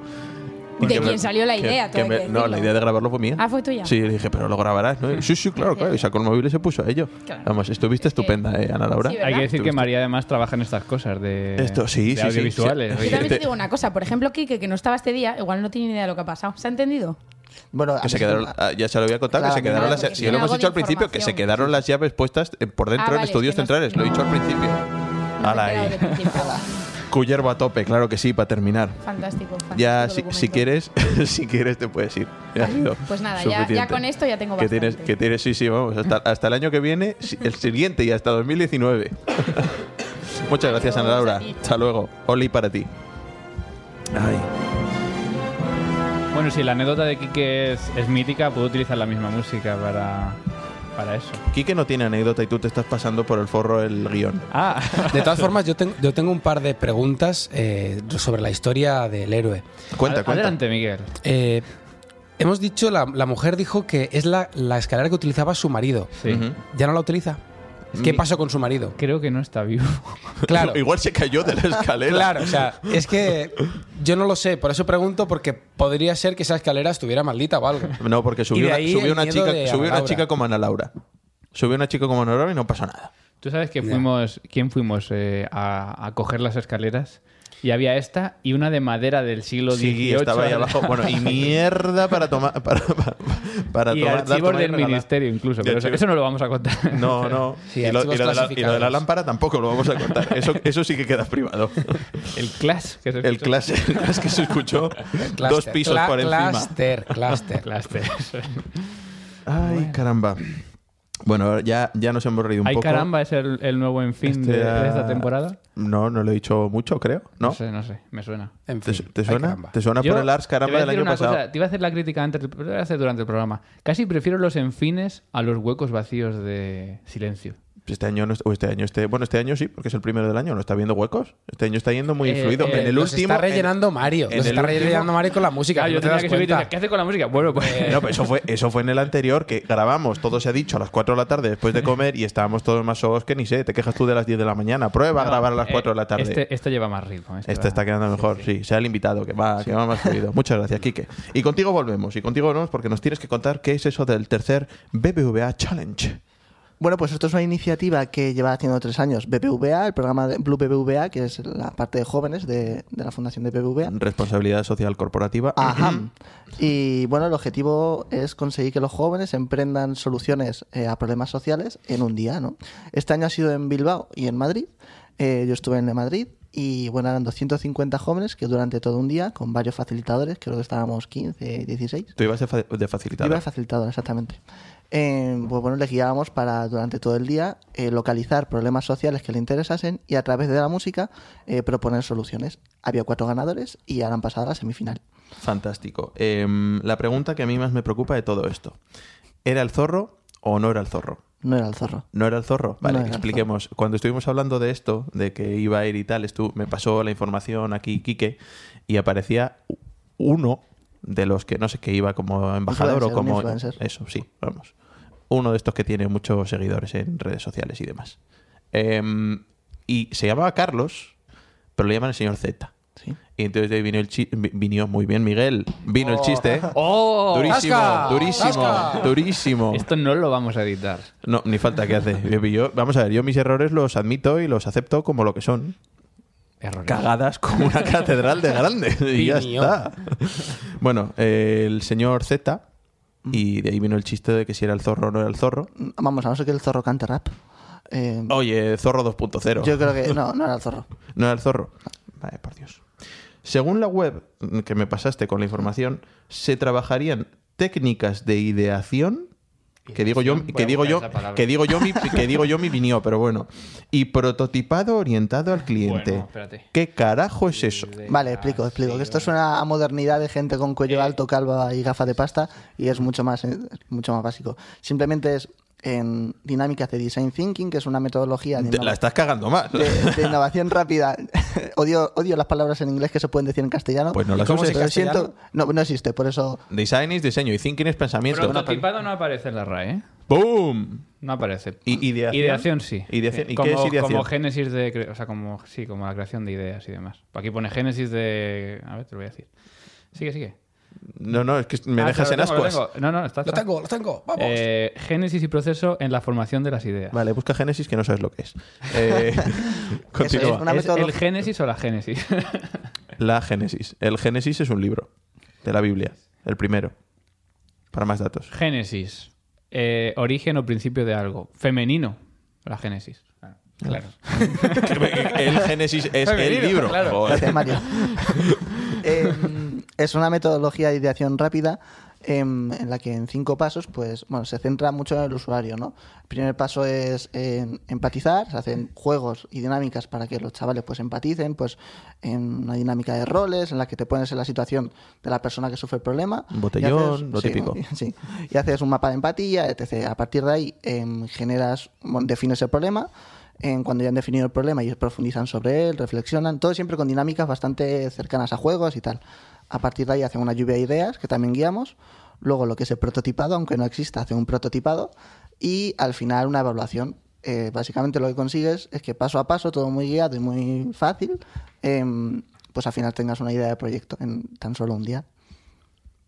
Y
De
que me-
quien salió la idea, todo hay que
No, la
decirlo.
idea de grabarlo fue mía.
Ah, ¿fue tuya?
Sí, le dije, pero lo grabarás, ¿no? Sí, sí, claro, claro. Y sacó el móvil y se puso a ello.
Claro.
Vamos, estuviste
Es que-
estupenda, ¿eh, Ana Laura?
Sí, ¿verdad?
Hay que decir que
Estuviste-
María además trabaja en estas cosas de,
Esto, sí,
de
sí, sí.
audiovisuales.
Sí.
Yo también te
Te-
digo una cosa. Por ejemplo, Kike, que no estaba este día, igual no tiene ni idea de lo que ha pasado. ¿Se ha entendido?
Bueno, a
Que se
mí-
quedaron, ah, ya se lo había contado,
Claro,
que se quedaron
claro,
las,
porque
si
tiene
lo hemos
algo
dicho
de
al principio, que se
información.
quedaron las llaves puestas eh, por dentro
Ah,
en
vale, es
estudios
que no-
centrales, lo he dicho al principio.
No
Ala
me he
ahí.
enterado de principio.
Cuyervo a tope, claro que sí, para terminar.
Fantástico. fantástico
Ya, si,
documento.
si quieres, si quieres te puedes ir. Ya ha sido
Pues nada, ya- ya
suficiente.
con esto ya tengo
que tienes,
bastante.
que tienes, sí, sí, vamos, hasta, hasta el año que viene, si- el siguiente y hasta 2019. Muchas gracias, Ana
Adiós,
Laura.
a ti.
Hasta luego. Oli para ti. Ay.
Bueno, sí, la anécdota de Kike es, es mítica, puedo utilizar la misma música para, para eso.
Quique no tiene anécdota y tú te estás pasando por el forro el guión.
Ah,
De todas formas, yo, ten- yo tengo un par de preguntas eh, sobre la historia del héroe.
Cuenta,
ad-
cuenta.
Adelante, Miguel.
Eh, hemos dicho, la, la mujer dijo que es la, la escalera que utilizaba su marido.
Sí.
Ujú.
¿Ya no la utiliza? ¿Qué pasó con su marido?
Creo que no está vivo.
Claro.
Mm. Igual se cayó de la escalera.
Claro, o sea, es que yo no lo sé, por eso pregunto, porque podría ser que esa escalera estuviera maldita o algo.
No, porque
Y
subió,
de
una,
ahí
subió
el
una
miedo
chica,
de
subió
Ana
una
Laura.
chica como Ana Laura. Subió una chica como Ana Laura y no pasó nada.
Tú sabes que fuimos, ¿quién fuimos eh, a, a coger las escaleras? Y había esta y una de madera del siglo XVIII.
Sí, estaba ahí abajo. Bueno, y mierda para tomar. Para, para, para
y
tomar- dar,
archivos
tomar y
del
regalar.
ministerio incluso,
De
pero eso,
archivos.
eso no lo vamos a contar.
No, no.
Sí,
y, lo,
archivos
y lo de la, y lo de la
clasificados.
lámpara tampoco lo vamos a contar. Eso, eso sí que queda privado.
El clash que se
El
escucha.
clase, el clase que se escuchó
Cluster.
dos pisos
Cla-
por encima.
Cluster, cluster.
Clash.
Ay, caramba. Bueno, ya, ya nos hemos reído un
Ay,
poco.
caramba, es el, el nuevo en fin
Este
de, de
era-
esta temporada.
No, no lo he dicho mucho, creo. ¿No?
sé, no sé, me suena.
En
¿Te,
fin,
te
ay,
suena?
caramba.
¿Te suena
Yo
por el Ars
te voy a
Caramba del
decir
año
una
pasado?
cosa, te iba a hacer la crítica antes, pero lo voy a hacer durante el programa. Casi prefiero los enfines a los huecos vacíos de silencio.
Este año, no, est- o este año, este, bueno, este año sí, porque es el primero del año, no está viendo huecos. Este año está yendo muy
Eh,
fluido.
eh,
en el
Los
último.
está rellenando
en-
Mario.
en
Los
el
está
último-
rellenando Mario con la música.
Claro, Ah, yo
que no te
tenía
das
que subir y
cuenta.
decir, ¿qué hace con la música? Bueno, pues...
No, pero eso fue, eso fue en el anterior, que grabamos, todo se ha dicho, a las 4 de la tarde después de comer y estábamos todos más solos que ni sé. Te quejas tú de las 10 de la mañana. Prueba a grabar a las 4 de la tarde.
Este, este lleva más ritmo. Este,
Esta
va-
está quedando mejor, eh, sí, Sea el invitado, que va, que va más fluido. Muchas gracias, Quique. Y contigo volvemos, y contigo volvemos porque nos tienes que contar qué es eso del tercer BBVA Challenge.
Bueno, pues esto es una iniciativa que lleva haciendo tres años BBVA, el programa de Blue BBVA, que es la parte de jóvenes de, de la fundación de BBVA.
Responsabilidad social corporativa.
Ajá. Y bueno, el objetivo es conseguir que los jóvenes emprendan soluciones eh, a problemas sociales en un día, ¿no? Este año ha sido en Bilbao y en Madrid. Eh, yo estuve en el Madrid y bueno, eran 250 jóvenes que durante todo un día, con varios facilitadores, creo que estábamos 15, 16,
Tú ibas de, fa- de facilitador.
Iba facilitador, exactamente. Eh, pues bueno, les guiábamos para durante todo el día eh, localizar problemas sociales que le interesasen y a través de la música eh, proponer soluciones. Había cuatro ganadores y ahora han pasado a la semifinal.
Fantástico. Em, la pregunta que a mí más me preocupa de todo esto. ¿Era el zorro o no era el zorro?
No era el zorro.
No era el zorro. Vale,
No era el
expliquemos. Cuando estuvimos hablando de esto, de que iba a ir y tal, estu- me pasó la información aquí Quique y aparecía u- uno de los que no sé qué iba como embajador o
Influencer, un
como
influencer.
eso, sí, vamos. Uno de estos que tiene muchos seguidores en redes sociales y demás. Em, y se llamaba Carlos, pero le llaman el señor Z.
Sí.
Y entonces de ahí vino el chiste. Vino muy bien, Miguel. Vino el chiste. ¿eh?
¡Oh!
Durísimo,
¡Zasca!
durísimo,
¡Zasca!
durísimo.
Esto no lo vamos a editar.
No, ni falta que hace. Yo- yo- vamos a ver, yo mis errores los admito y los acepto como lo que son.
Error.
Cagadas como una catedral de grande. y ya
Piñón.
está. Bueno, eh, el señor Z. Y de ahí vino el chiste de que si era el zorro o no era el zorro.
Mm, Vamos, a no ser que el zorro cante rap. Eh,
Oye, zorro 2.0.
Yo creo que no, no era el zorro.
No era el zorro. Vale, por Dios. Según la web que me pasaste con la información, se trabajarían técnicas de ideación que digo yo que
Voy a
digo
buscar
yo
esa palabra.
que digo yo mi que digo yo mi vinio, pero bueno, y prototipado orientado al cliente.
Bueno, espérate.
¿Qué carajo es eso?
Vale, explico, explico. Que esto suena a modernidad de gente con cuello alto, calva y gafa de pasta y es mucho más, eh, mucho más básico. Simplemente es en dinámicas de design thinking, que es una metodología de
Te- la estás cagando más.
de, de innovación rápida. odio, odio las palabras en inglés que se pueden decir en castellano.
Pues no
¿Y
las
cómo
uses.
se
Pero siento, no, no existe, por eso.
Design es diseño y thinking es pensamiento.
Prototipado no aparece en la RAE, ¿eh?
¡Boom!
No aparece.
¿Y ideación?
sí.
Ideación.
Sí.
¿Y qué
como,
es ideación?
Como génesis de... cre- O sea, como... Sí, como la creación de ideas y demás. Aquí pone génesis de... A ver, te lo voy a decir. Sigue, sigue.
No, no, es que me
Ah,
dejas
lo
en
tengo, lo
ascuas.
tengo. No, no, está...
Lo
está.
tengo, lo tengo, vamos.
Eh, génesis y proceso en la formación de las ideas.
Vale, busca Génesis que no sabes lo que es. Eh, continúa.
es una
¿Es el
metodología-
génesis o la génesis?
La Génesis. El Génesis es un libro de la Biblia, el primero. Para más datos.
génesis. Eh, origen o principio de algo. Femenino. La génesis.
Ah,
Claro.
El Génesis es el
Femenino,
libro.
claro.
Joder.
Em, Gracias, Mario. Eh, es una metodología de ideación rápida em, en la que en cinco pasos, pues, bueno, se centra mucho en el usuario, ¿no? El primer paso es em, empatizar, se hacen juegos y dinámicas para que los chavales pues empaticen, pues en una dinámica de roles en la que te pones en la situación de la persona que sufre el problema.
Un
y
botellón, lo
sí,
típico.
sí. Y haces un mapa de empatía, etc. A partir de ahí em, generas, bueno, defines el problema. En cuando ya han definido el problema, ellos profundizan sobre él, reflexionan, todo siempre con dinámicas bastante cercanas a juegos y tal. A partir de ahí hacen una lluvia de ideas que también guiamos. Luego lo que es el prototipado, aunque no exista, hacen un prototipado. Y al final una evaluación. Eh, básicamente lo que consigues es que paso a paso, todo muy guiado y muy fácil, em, pues al final tengas una idea de proyecto en tan solo un día.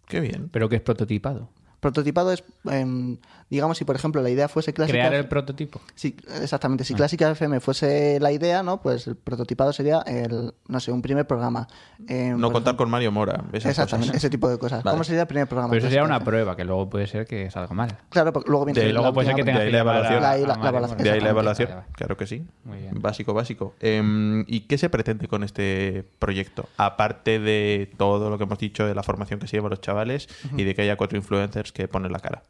Qué bien.
Pero que es prototipado.
Prototipado es, em, digamos, si por ejemplo la idea fuese clásica...
Crear el Ah. prototipo.
Sí, exactamente. Si Clásica FM fuese la idea, ¿no? Pues el prototipado sería el, no sé, un primer programa. Eh,
No
por
contar
ejemplo-
con Mario Mora. esas
Exactamente,
cosas.
ese tipo de cosas.
Vale.
¿Cómo sería el primer programa?
Pero eso sería
Clásica
una
FM.
prueba, que luego puede ser que salga mal.
Claro, porque luego viene
De
la
Y luego puede ser que tengas
última-
de ahí
que
la
llamar a-
evaluación.
La- la-
a
la
Mario
evaluación.
Moreno.
De ahí la
Exactamente,
evaluación.
Vale, vale.
Claro que sí.
Muy bien.
Básico, básico. Em, ¿Y qué se pretende con este proyecto? Aparte de todo lo que hemos dicho, de la formación que se lleva a los chavales y de que haya cuatro influencers que ponen la cara.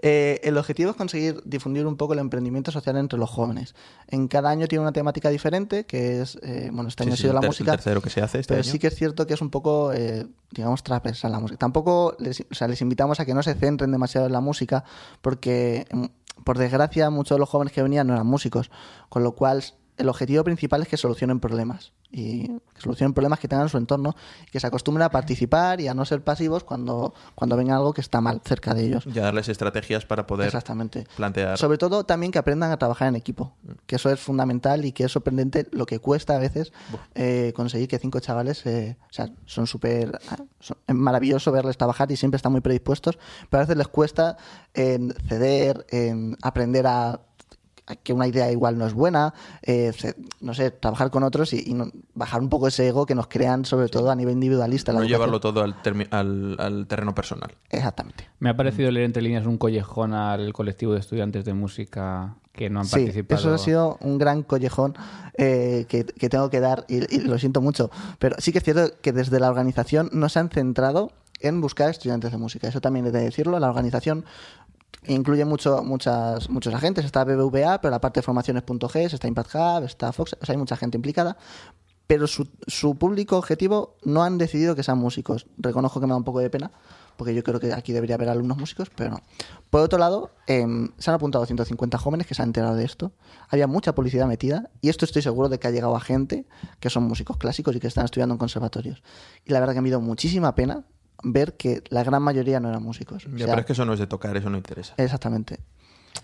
Eh, el objetivo es conseguir difundir un poco el emprendimiento social entre los jóvenes. En cada año tiene una temática diferente, que es, eh, bueno, este
Sí,
año
sí,
ha sido
el
la
ter- el
música.
tercero que se hace este
pero
año.
sí que es cierto que es un poco, eh, digamos, transversal la música. Tampoco les, o sea, les invitamos a que no se centren demasiado en la música, porque, mm, por desgracia, muchos de los jóvenes que venían no eran músicos, con lo cual el objetivo principal es que solucionen problemas y que solucionen problemas que tengan en su entorno y que se acostumbren a participar y a no ser pasivos cuando, cuando venga algo que está mal cerca de ellos.
Ya darles estrategias para poder
Exactamente.
plantear.
Sobre todo también que aprendan a trabajar en equipo, que eso es fundamental y que es sorprendente lo que cuesta a veces eh, conseguir que cinco chavales, eh, o sea, son súper, ah, son- es maravilloso verles trabajar y siempre están muy predispuestos, pero a veces les cuesta en ceder, en aprender a a que una idea igual no es buena, eh, ce- no sé, trabajar con otros y, y no- bajar un poco ese ego que nos crean, sobre todo a nivel individualista. la
no
educación.
llevarlo todo al, termi- al- al terreno personal.
Exactamente.
Me ha parecido leer entre líneas un collejón al colectivo de estudiantes de música que no han participado.
Eso ha sido un gran collejón eh, que, que tengo que dar y, y lo siento mucho. Pero sí que es cierto que desde la organización no se han centrado en buscar estudiantes de música. Eso también he de decirlo. La organización incluye mucho, muchas, muchos agentes. Está BBVA, pero la parte de formaciones.g, está Impact Hub, está Fox, o sea, hay mucha gente implicada. Pero su, su público objetivo no han decidido que sean músicos. Reconozco que me da un poco de pena, porque yo creo que aquí debería haber alumnos músicos, pero no. Por otro lado, em, se han apuntado 150 jóvenes que se han enterado de esto. Había mucha publicidad metida, y esto estoy seguro de que ha llegado a gente que son músicos clásicos y que están estudiando en conservatorios. Y la verdad que me dio muchísima pena ver que la gran mayoría no eran músicos. O
Ya,
sea,
pero es que eso no es de tocar, eso no interesa.
Exactamente.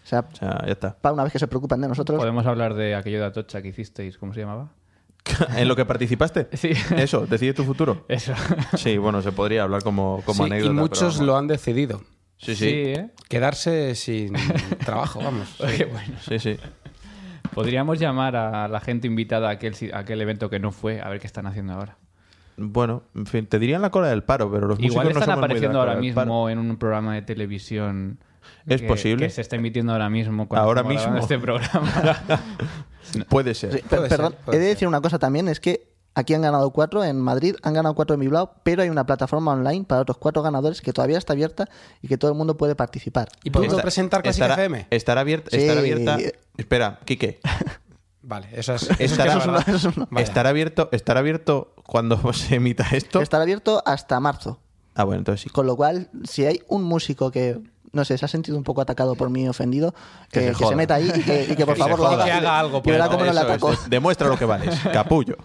O sea,
O sea, ya está.
para una vez que se preocupan de nosotros,
Podemos hablar de aquello de Atocha que hicisteis, ¿cómo se llamaba?
¿En lo que participaste?
Sí.
Eso, decide tu futuro.
Eso.
Sí, bueno, se podría hablar como, como
Sí,
anécdota.
y muchos lo han decidido.
Sí,
Sí,
sí.
¿eh?
Quedarse sin trabajo, vamos.
Oye, bueno.
Sí, sí.
Podríamos llamar a la gente invitada a aquel, si- a aquel evento que no fue, a ver qué están haciendo ahora.
Bueno, en fin, te dirían la cola del paro, pero los
Igual
músicos no
están
somos muy de
apareciendo
la cola
ahora
del paro.
mismo en un programa de televisión.
Es
que-
posible.
Que se está emitiendo ahora mismo. cuando
Ahora
estamos grabando
mismo.
Este programa.
Puede
Sí,
ser.
per-
Puede
perdón,
ser, puede
he de
ser.
decir una cosa también, es que aquí han ganado cuatro, en Madrid han ganado cuatro en Bilbao, pero hay una plataforma online para otros cuatro ganadores que todavía está abierta y que todo el mundo puede participar.
¿Y podemos
Está-
presentar Clásica
estará,
FM?
Estará abierta,
Sí.
estará abierta. Espera, Quique.
Vale, eso es, eso es
Estará-
que es verdad.
eso es una- eso es una-
Vaya.
Estará abierto, estará abierto cuando se emita esto.
Estará abierto hasta marzo.
Ah, bueno, entonces sí.
Con lo cual, si hay un músico que, no sé, se ha sentido un poco atacado por mí, ofendido,
Que se
eh, que,
joda.
se meta ahí y que, y que, por
Que se
favor lo
joda.
haga.
Que
haga algo,
Y verá
pues,
cómo no le
Eso es,
atacó.
de- demuestra lo que vales, capullo.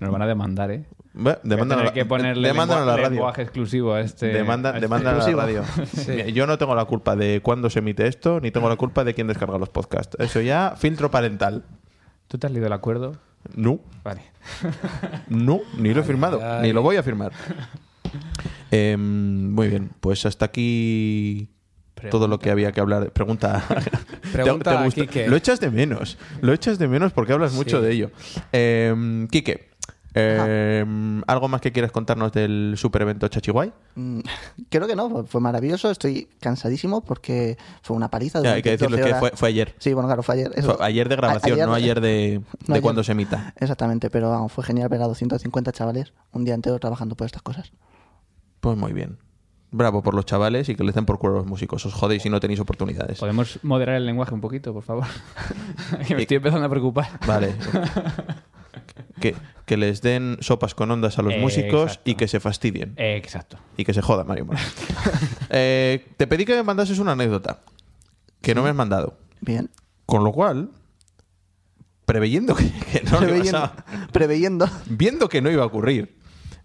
Nos van a demandar, ¿eh?
Bueno, Demándanos
Voy a
a
tener
la-
que ponerle
demándanos a la
lengua-
radio.
lenguaje exclusivo a este. a
Demanda,
este-
demanda a la
exclusivo.
radio.
Sí.
Mira, Yo no tengo la culpa de cuándo se emite esto, ni tengo la culpa de quién descarga los podcasts. Eso ya, filtro parental.
¿Tú te has leído el acuerdo?
No,
Vale.
no, ni lo he firmado,
ay.
ni lo voy a firmar. Em, muy bien, pues hasta aquí todo lo que había que hablar. Pregunta.
Pregunta a
gusta?
Quique.
Lo echas de menos, lo echas de menos porque hablas mucho
Sí.
de ello. Em, Quique, em, ¿algo más que quieras contarnos del super evento Chachiguay?
Mm, Creo que no, fue- fue maravilloso. Estoy cansadísimo porque fue una paliza.
Ya, hay que decirlo
durante 12
que
horas.
fue- fue ayer.
Sí, bueno, claro, fue ayer. Ah, Eso-
Fue Ayer de grabación,
a-
no ayer de,
no
de
ayer.
cuando se emita.
Exactamente, pero vamos, fue genial ver a 250 chavales un día entero trabajando por estas cosas.
Pues muy bien. bravo por los chavales y que les den por culo a los músicos. Os jodéis si no tenéis oportunidades.
¿Podemos moderar el lenguaje un poquito, por favor? que me estoy empezando a preocupar.
Vale. que, que les den sopas con ondas a los
Eh,
músicos y
exacto.
que se fastidien.
Eh, exacto.
Y que se joda, Mario Moreno. Eh, te pedí que me mandases una anécdota que no me has mandado.
Bien.
Con lo cual, preveyendo que, que no le
Preveyendo.
pasaba-
preveyendo.
viendo que no iba a ocurrir,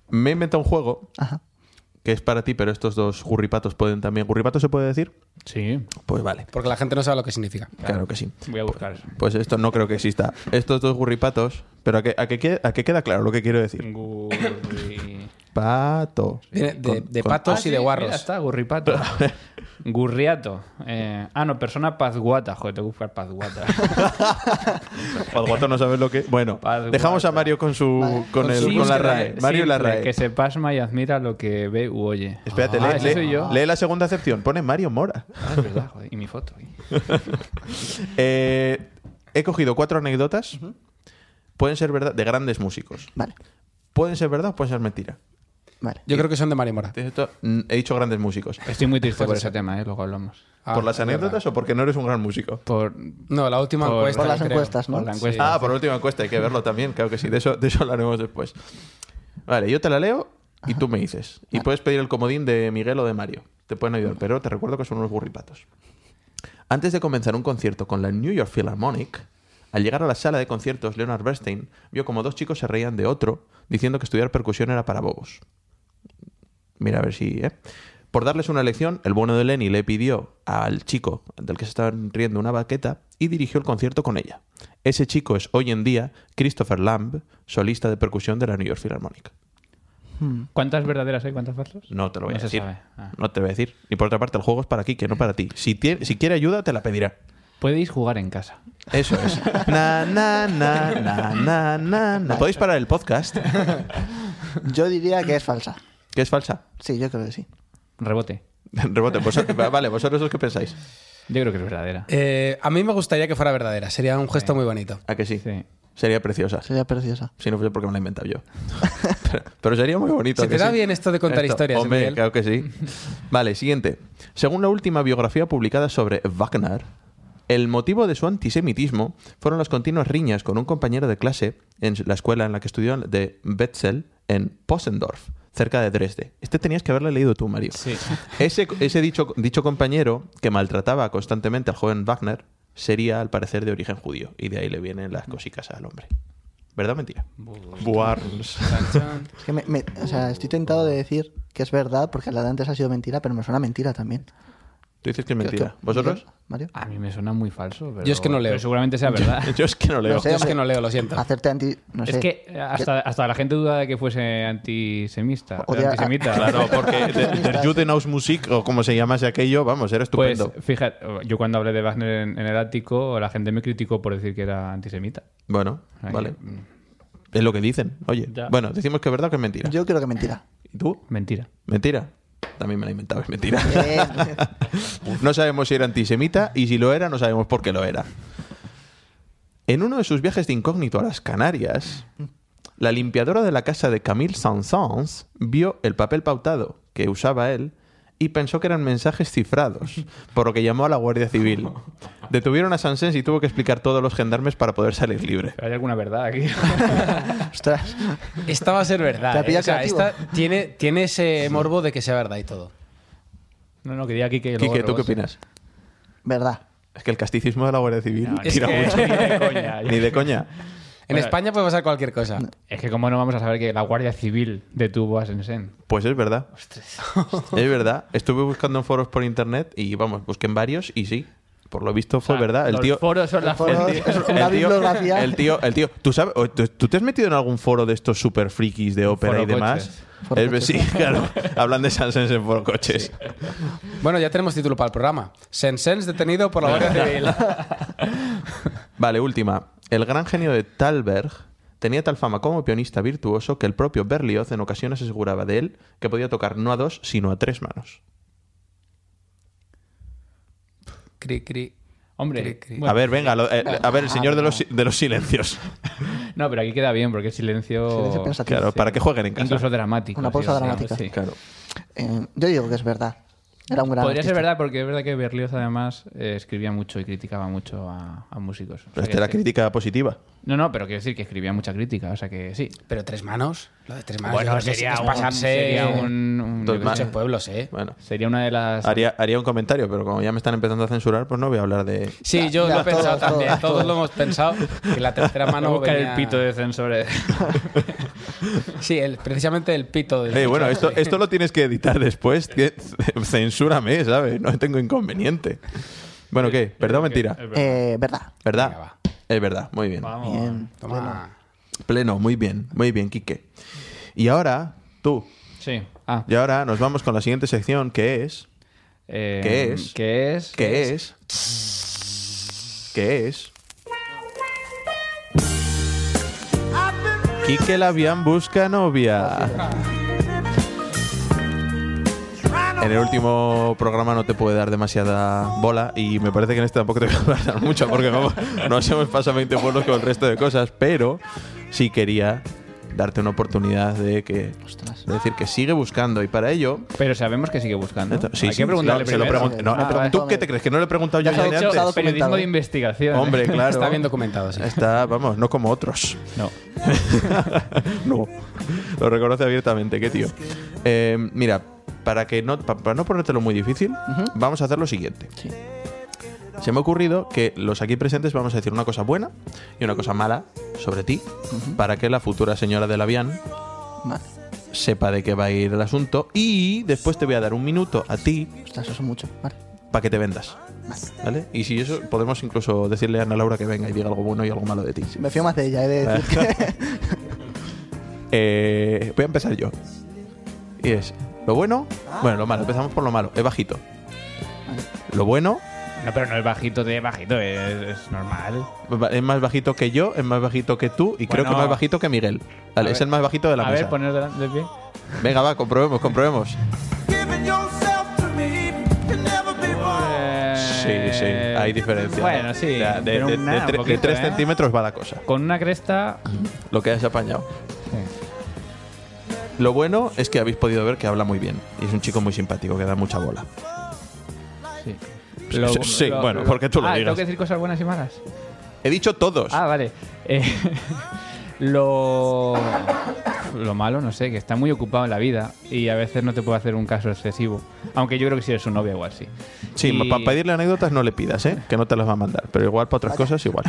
me he inventado un juego
Ajá.
que es para ti, pero estos dos gurripatos pueden también. ¿Gurripato se puede decir?
Sí.
Pues vale,
Porque la gente no sabe lo que significa.
claro que sí.
Voy a buscar eso.
Pues esto no creo que exista. Estos dos gurripatos, pero a que, a que quede- a que queda claro lo que quiero decir.
Gurri...
Pato.
Viene de,
Con-
de
con-
patos y de guarros.
Ah, Mira, está, gurripato. Gurriato. Eh, ah, no, persona pazguata. Joder, tengo que buscar pazguata.
Pazguato no sabes lo que. Bueno,
Pazguato.
dejamos a Mario con su con, el,
su
con la
búsqueda.
RAE. Mario y la
Simple,
RAE.
Que se pasma y admira lo que ve u oye.
Espérate,
Ah,
lee-
ese
lee,
soy yo.
lee la segunda acepción. Pone Mario Mora.
Ah, es verdad, joder. Y mi foto. ahí.
Eh, he cogido cuatro anécdotas. Pueden ser verdad de grandes músicos.
Vale.
Pueden ser verdad o pueden ser mentira.
Vale.
Yo creo que son de Mari Mora.
Esto, mm, he dicho grandes músicos.
Estoy muy triste por
Puede
ese
ser.
tema, ¿eh? Luego hablamos.
Ah,
¿Por las
es verdad.
anécdotas o porque no eres un gran músico?
Por,
No, la última
Por-
encuesta.
Por las
creo.
encuestas, ¿no?
por la encuesta.
Ah, por la última encuesta, hay que verlo también, claro que sí, de eso, de eso hablaremos después. Vale, yo te la leo y tú me dices. Y puedes pedir el comodín de Miguel o de Mario. Te pueden ayudar, pero te recuerdo que son unos burripatos. Antes de comenzar un concierto con la New York Philharmonic, al llegar a la sala de conciertos, Leonard Bernstein vio como dos chicos se reían de otro, diciendo que estudiar percusión era para bobos. Mira a ver si, ¿eh? Por darles una lección, el bueno de Lenny le pidió al chico del que se estaban riendo una baqueta y dirigió el concierto con ella. Ese chico es hoy en día Christopher Lamb, solista de percusión de la New York Philharmonic.
¿Cuántas verdaderas hay? ¿Cuántas falsas?
No te lo voy
No
a
se
decir.
sabe. Ah.
No te voy a decir. Y por otra parte, el juego es para aquí, que no para ti. Si, tie- si quiere ayuda, te la pedirá.
Podéis jugar en casa.
Eso es. na, na, na, na, na, na, na. Podéis parar el podcast,
Yo diría que es falsa.
que es falsa.
Sí, yo creo que sí.
Rebote.
Rebote. Vos- vale, vosotros los que pensáis.
Yo creo que es verdadera.
Eh, a mí me gustaría que fuera verdadera. Sería un gesto muy bonito.
¿A que sí?
Sí.
Sería preciosa.
Sería preciosa.
Si no fuese porque me la he inventado yo. pero, pero sería muy bonito.
Se
¿a que
te da
sí?
bien esto de contar historias,
Hombre,
Miguel.
claro que sí. Vale, siguiente. Según la última biografía publicada sobre Wagner, el motivo de su antisemitismo fueron las continuas riñas con un compañero de clase en la escuela en la que estudió de Betzel en Possendorf, cerca de Dresde. Este tenías que haberle leído tú, Mario.
Sí.
Ese, ese dicho, dicho compañero que maltrataba constantemente al joven Wagner sería, al parecer, de origen judío. Y de ahí le vienen las cosicas al hombre. ¿Verdad o mentira? Buarns.
Es que me- me- o sea, estoy tentado de decir que es verdad porque la de antes ha sido mentira, pero me suena mentira también.
Tú dices que es
¿Qué-
mentira.
qué-
¿Vosotros?
Mario.
A mí me suena muy falso. Pero,
Yo es que no leo.
pero seguramente sea verdad.
Yo es que no leo.
No sé.
Yo es que no leo, lo siento.
Hacerte anti. No
es
sé.
que eh, hasta, hasta la gente duda de que fuese antisemista.
Odia-
antisemita.
Claro, porque de- Der Judenhausmusik, o como se llamase aquello, vamos, era
Pues
estupendo.
fíjate, yo cuando hablé de Wagner en, en el ático, la gente me criticó por decir que era antisemita.
bueno,
Ay,
vale. Es lo que dicen. Oye,
Mm. Ya.
bueno, decimos que es verdad o que es mentira.
Yo creo que mentira.
¿Y tú?
Mentira.
Mentira. También me la he inventado, es mentira.
Bien.
No sabemos si era antisemita y si lo era, no sabemos por qué lo era. En uno de sus viajes de incógnito a las Canarias, la limpiadora de la casa de Camille Saint-Saëns vio el papel pautado que usaba él y pensó que eran mensajes cifrados, por lo que llamó a la Guardia Civil. Detuvieron a Sansens y tuvo que explicar todo a los gendarmes para poder salir libre.
Pero hay alguna verdad aquí.
Ostras.
Esta va a ser
Te
verdad.
ha
¿eh?
pillado
O sea,
creativo.
esta tiene, tiene ese morbo de que sea verdad y todo.
no, no, que diga aquí que...
Quique, ¿tú qué opinas?
Verdad.
Es que el casticismo de la Guardia Civil
No, es
tira
que-
mucho.
ni de coña.
Ni de coña.
En España puede pasar cualquier cosa.
Es que cómo no vamos a saber que la Guardia Civil detuvo a Sensen.
Pues es verdad. Es verdad. Estuve buscando en foros por internet y vamos, busqué en varios y sí. Por lo visto fue verdad. El tío.
Los foros son las
foros-
fuentes.
es una
el tío-
bibliografía.
el tío, el tío- ¿tú, sabes, o tú- tú te has metido en algún foro de estos super frikis de ópera
Foro
y demás?
Foro
Es-
coches.
sí, claro. Hablan de Sansens en foro coches.
Bueno, ya tenemos título para el programa. Sensens detenido por la Guardia Civil.
Vale, última. El gran genio de Talberg tenía tal fama como pianista virtuoso que el propio Berlioz en ocasiones aseguraba de él que podía tocar no a dos, sino a tres manos.
Cri, cri.
Hombre,
Cri, cri.
bueno,
a ver, venga, lo- eh, a ver, el señor de los, si- de los silencios.
No, pero aquí queda bien porque el silencio.
Silencio pensativo.
Claro, para que jueguen en casa.
Incluso dramático.
Una pausa
sí, sí,
dramática.
sí.
Claro.
Eh, yo digo que es verdad. Era un gran
Podría ser
artista.
verdad, porque es verdad que Berlioz además eh, escribía mucho y criticaba mucho a, a músicos. O sea
Pero
que
esta era
sí.
crítica positiva.
No, no, pero quiero decir que escribía mucha crítica, o sea que sí.
Pero tres manos, lo de tres manos. yo
Bueno,
creo que
sería
es
un,
pasarse
sería un- un-
Dos
yo qué
más.
muchos
sé,
pueblos, ¿eh?
Bueno,
sería una de las
haría, haría un comentario, pero como ya me están empezando a censurar, pues no voy a hablar de.
Sí, yo
ya,
lo he
todos,
pensado también.
todos,
Todos,
todos.
lo hemos pensado. Que la tercera
Voy a
mano.
buscar
venía-
el pito eh. de censores.
Sí, el- precisamente el pito del.
Eh, bueno, esto, esto lo tienes que editar después. que- Censúrame, ¿sabes? No tengo inconveniente. Bueno, ¿qué? ¿Verdad o mentira?
Eh, verdad.
Venga,
¿Verdad?
va.
Es verdad, muy bien.
Vamos.
Bien.
Toma.
Pleno, muy bien, muy bien, Quique. Y ahora, tú.
Sí. Ah,
Y ahora nos vamos con la siguiente sección que es.
eh,
¿Qué es?
¿Qué es?
¿Qué es? ¿Qué es? Quique Labián busca novia. En el último programa no te puede dar demasiada bola y me parece que en este tampoco te voy a dar mucho porque no, nos hemos pasado 20 pueblos con el resto de cosas, pero sí quería darte una oportunidad de que de decir que sigue buscando y para ello
Pero sabemos que sigue buscando.
Sí,
Hay
sí,
que preguntarle
se lo- se lo
primero.
pregunto- no,
Ah, vale.
¿Tú qué te crees? ¿Que no le he preguntado yo ya
Ya se
de
lo he hecho,
antes?
documentado.
Periodismo de investigación. ¿eh?
Hombre, claro.
Está bien documentado, sí.
Está, vamos, no como otros.
No.
no. Lo reconoce abiertamente, qué tío. Eh, mira, para, que no, pa- para no ponértelo muy difícil, vamos a hacer lo siguiente.
Sí.
Se me ha ocurrido que los aquí presentes vamos a decir una cosa buena y una cosa mala sobre ti, para que la futura señora de Labian
Oh.
Vale.
sepa de qué va a ir el asunto y después te voy a dar un minuto a ti
Ostras, eso es mucho. Vale.
para que te vendas. ¿Vale? Y si eso, podemos incluso decirle a Ana Laura que venga y diga algo bueno y algo malo de ti.
Me fío más de ella, he de decir que-
Eh, voy a empezar yo. Y es, lo bueno, bueno, lo malo, empezamos por lo malo, es bajito. Lo bueno,
No, pero no es bajito de bajito, es, es normal.
va- es más bajito que yo, es más bajito que tú y creo que
Bueno.
más bajito que Miguel. Vale,
A
es
ver.
el más bajito de la
a
mesa.
ver, poner delante de pie.
Venga, va, comprobemos, comprobemos. Sí, sí, hay diferencia.
Eh, Bueno, sí.
O sea, De,
pero
de-
nada,
de tre- de
poquito,
tres
¿eh?
centímetros va la cosa.
Con una cresta.
Lo que has apañado. Lo bueno es que habéis podido ver que habla muy bien. Y es un chico muy simpático, que da mucha bola.
Sí.
Sí, sí, bueno, porque tú lo
Ah,
digas.
¿Tengo que decir cosas buenas y malas?
He dicho todos.
Ah, vale. Eh, lo, lo malo, no sé, que está muy ocupado en la vida y a veces no te puede hacer un caso excesivo. Aunque yo creo que si eres su novia igual sí.
Sí,
Y-
para pedirle anécdotas no le pidas, ¿eh? Que no te las va a mandar. Pero igual para otras cosas, igual.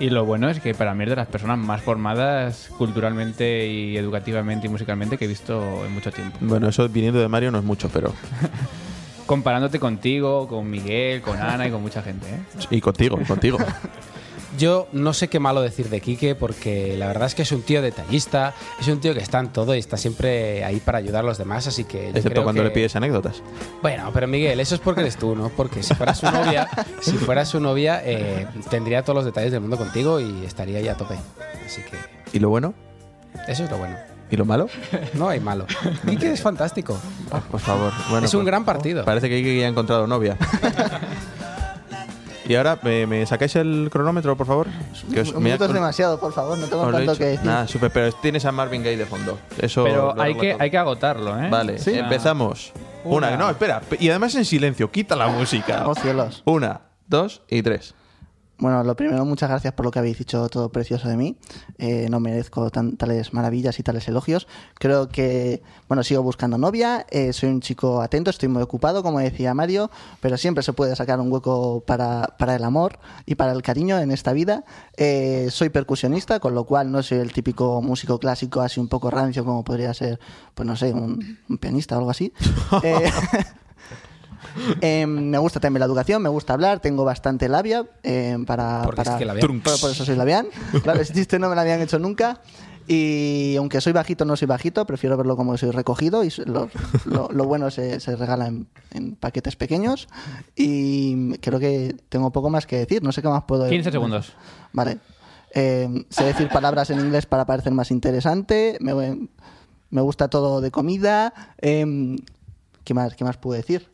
Y lo bueno es que para mí es de las personas más formadas culturalmente y educativamente y musicalmente que he visto en mucho tiempo.
Bueno, eso viniendo de Mario no es mucho, pero.
Comparándote contigo, con Miguel, con Ana y con mucha gente. ¿eh?
Y contigo, y contigo.
Yo no sé qué malo decir de Quique porque la verdad es que es un tío detallista, es un tío que está en todo y está siempre ahí para ayudar a los demás, así que... yo
Excepto
creo
cuando
que-
le pides anécdotas.
Bueno, pero Miguel, eso es porque eres tú, ¿no? Porque si fuera su novia, si fuera su novia, eh, tendría todos los detalles del mundo contigo y estaría ahí a tope. Así que
¿Y lo bueno?
eso es lo bueno.
¿Y lo malo?
No hay malo. Quique es fantástico.
Ah, por favor. Bueno,
es un
pues,
gran partido.
Parece que Ike ya ha encontrado novia. y ahora, eh, ¿me, me sacáis el cronómetro, por favor? Que os-
Un
me ha-
minuto es demasiado, por favor, no tengo
os lo he
tanto
dicho.
que decir.
Nada, super, pero tienes a Marvin Gaye de fondo. Eso
Pero
lo
hay
arregla
que,
todo.
hay que agotarlo, ¿eh?
Vale,
O sea,
empezamos. Una.
Una.
no, espera. pe- Y además en silencio, quita la música.
Oh, cielos.
Una, dos y tres.
Bueno, lo primero, muchas gracias por lo que habéis dicho todo precioso de mí. Eh, no merezco tan- tales maravillas y tales elogios. Creo que, bueno, sigo buscando novia, eh, soy un chico atento, estoy muy ocupado, como decía Mario, pero siempre se puede sacar un hueco para, para el amor y para el cariño en esta vida. Eh, soy percusionista, con lo cual no soy el típico músico clásico así un poco rancio como podría ser, pues no sé, un, un pianista o algo así. Eh, Em, me gusta también la educación, me gusta hablar, tengo bastante labia em, para...
Porque es
para-
que labial.
Por, por eso soy labián. Claro, ese chiste no me lo habían hecho nunca. Y aunque soy bajito, no soy bajito, prefiero verlo como soy recogido y lo, lo- lo bueno se, se regala en, en paquetes pequeños. Y creo que tengo poco más que decir, no sé qué más puedo
15 segundos.
Vale. Eh, sé decir palabras en inglés para parecer más interesante. Me, me gusta todo de comida. Em, ¿qué, más, ¿Qué más puedo decir?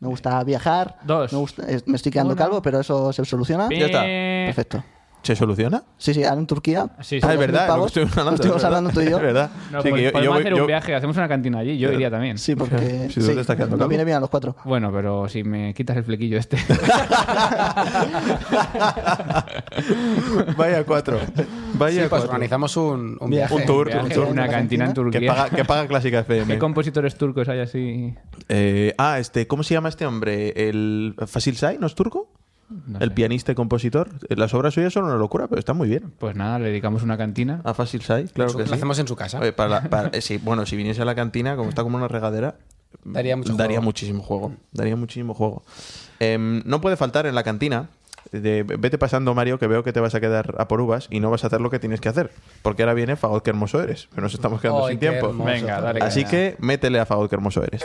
Me gusta viajar.
Dos.
Me, gusta- eh, me estoy quedando
Uno.
calvo, pero eso se soluciona.
Pi-
Ya está.
Perfecto.
¿Se soluciona?
Sí, sí, ahora en Turquía.
Sí, sí.
Ah,
por
es
2.000
verdad, lo
pavos,
que estuvimos hablando,
lo
es verdad.
estuvimos hablando tú y yo.
Es verdad.
No,
Sí, que
pod-
yo- yo
podemos
voy-
hacer un
yo- Eh,
viaje, hacemos una cantina allí, yo iría también.
Sí, porque
Sí, tú
sí,
te estás quedando
nos
calvo.
viene bien a los cuatro.
Bueno, pero si me quitas el flequillo este.
Vaya cuatro. Vaya
Sí, pues
cuatro.
organizamos un, un
Viaje.
viaje.
Un tour,
Viaje,
un tour.
Una cantina en
Que
Turquía.
paga, que paga Clásica FM.
¿Qué compositores turcos hay así?
Eh, ah, este, ¿cómo se llama este hombre? ¿El Fasil Say? ¿No es turco?
No
el
sé.
pianista y compositor. Eh, Las obras suyas son una locura, pero están muy bien.
Pues nada, le dedicamos una cantina.
A Fasil Say, claro que
Lo
sí.
hacemos en su casa.
Oye, para la- para- eh, sí, bueno, si viniese a la cantina, como está como una regadera, mm,
Daría mucho juego.
muchísimo juego. Daría muchísimo juego. Em, no puede faltar en la cantina. de- vete pasando, Mario, que veo que te vas a quedar a por uvas y no vas a hacer lo que tienes que hacer. Porque ahora viene Fagot, qué hermoso eres. Pero nos estamos quedando
Ay,
sin
qué
tiempo.
hermoso.
Venga, dale,
Así
caña.
que métele a Fagot, qué hermoso eres.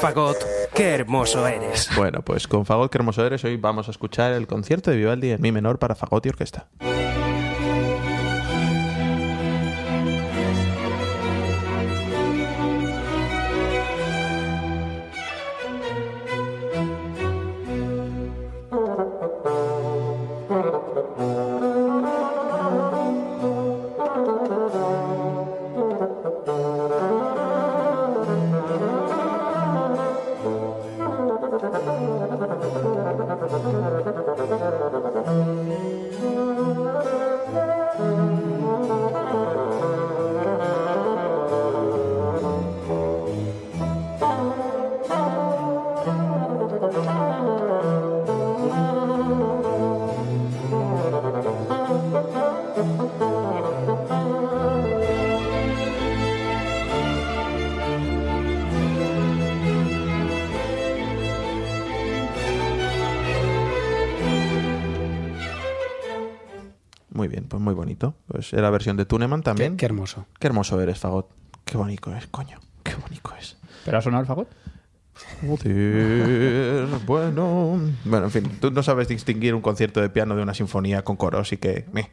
Fagot, qué hermoso eres.
Bueno, pues con Fagot, qué hermoso eres, hoy vamos a escuchar el concierto de Vivaldi en Mi menor para Fagot y orquesta. Muy bien, pues muy bonito. Pues era versión de Tuneman también.
Qué, qué hermoso.
Qué hermoso eres, Fagot. Qué bonito es, coño. Qué bonito es.
¿Pero ha sonado el fagot?
Joder, bueno. Bueno, en fin, tú no sabes distinguir un concierto de piano de una sinfonía con coro, así que. meh.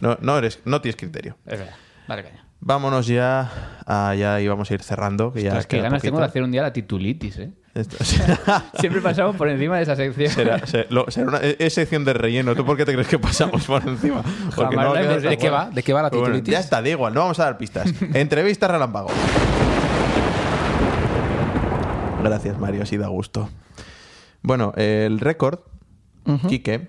No, no, eres, no tienes criterio.
Es verdad. Dale caña.
Vámonos ya. a- ya íbamos a ir cerrando. Que ya
Ostras, qué
queda
ganas tengo de
poquito.
hacer un día la titulitis, ¿eh?
Esto- será,
Siempre pasamos por encima de esa sección.
se- lo- será una- es sección de relleno. ¿Tú por qué te crees que pasamos por encima? Porque
Jamás
no va a
la
quedar
hemos
tan
¿De qué
bueno.
va? ¿De qué va la
Pues bueno,
titulitis?
ya está, da igual, no vamos a dar pistas. Entrevista relámpago. Gracias, Mario, así da gusto. Bueno, el récord, Quique,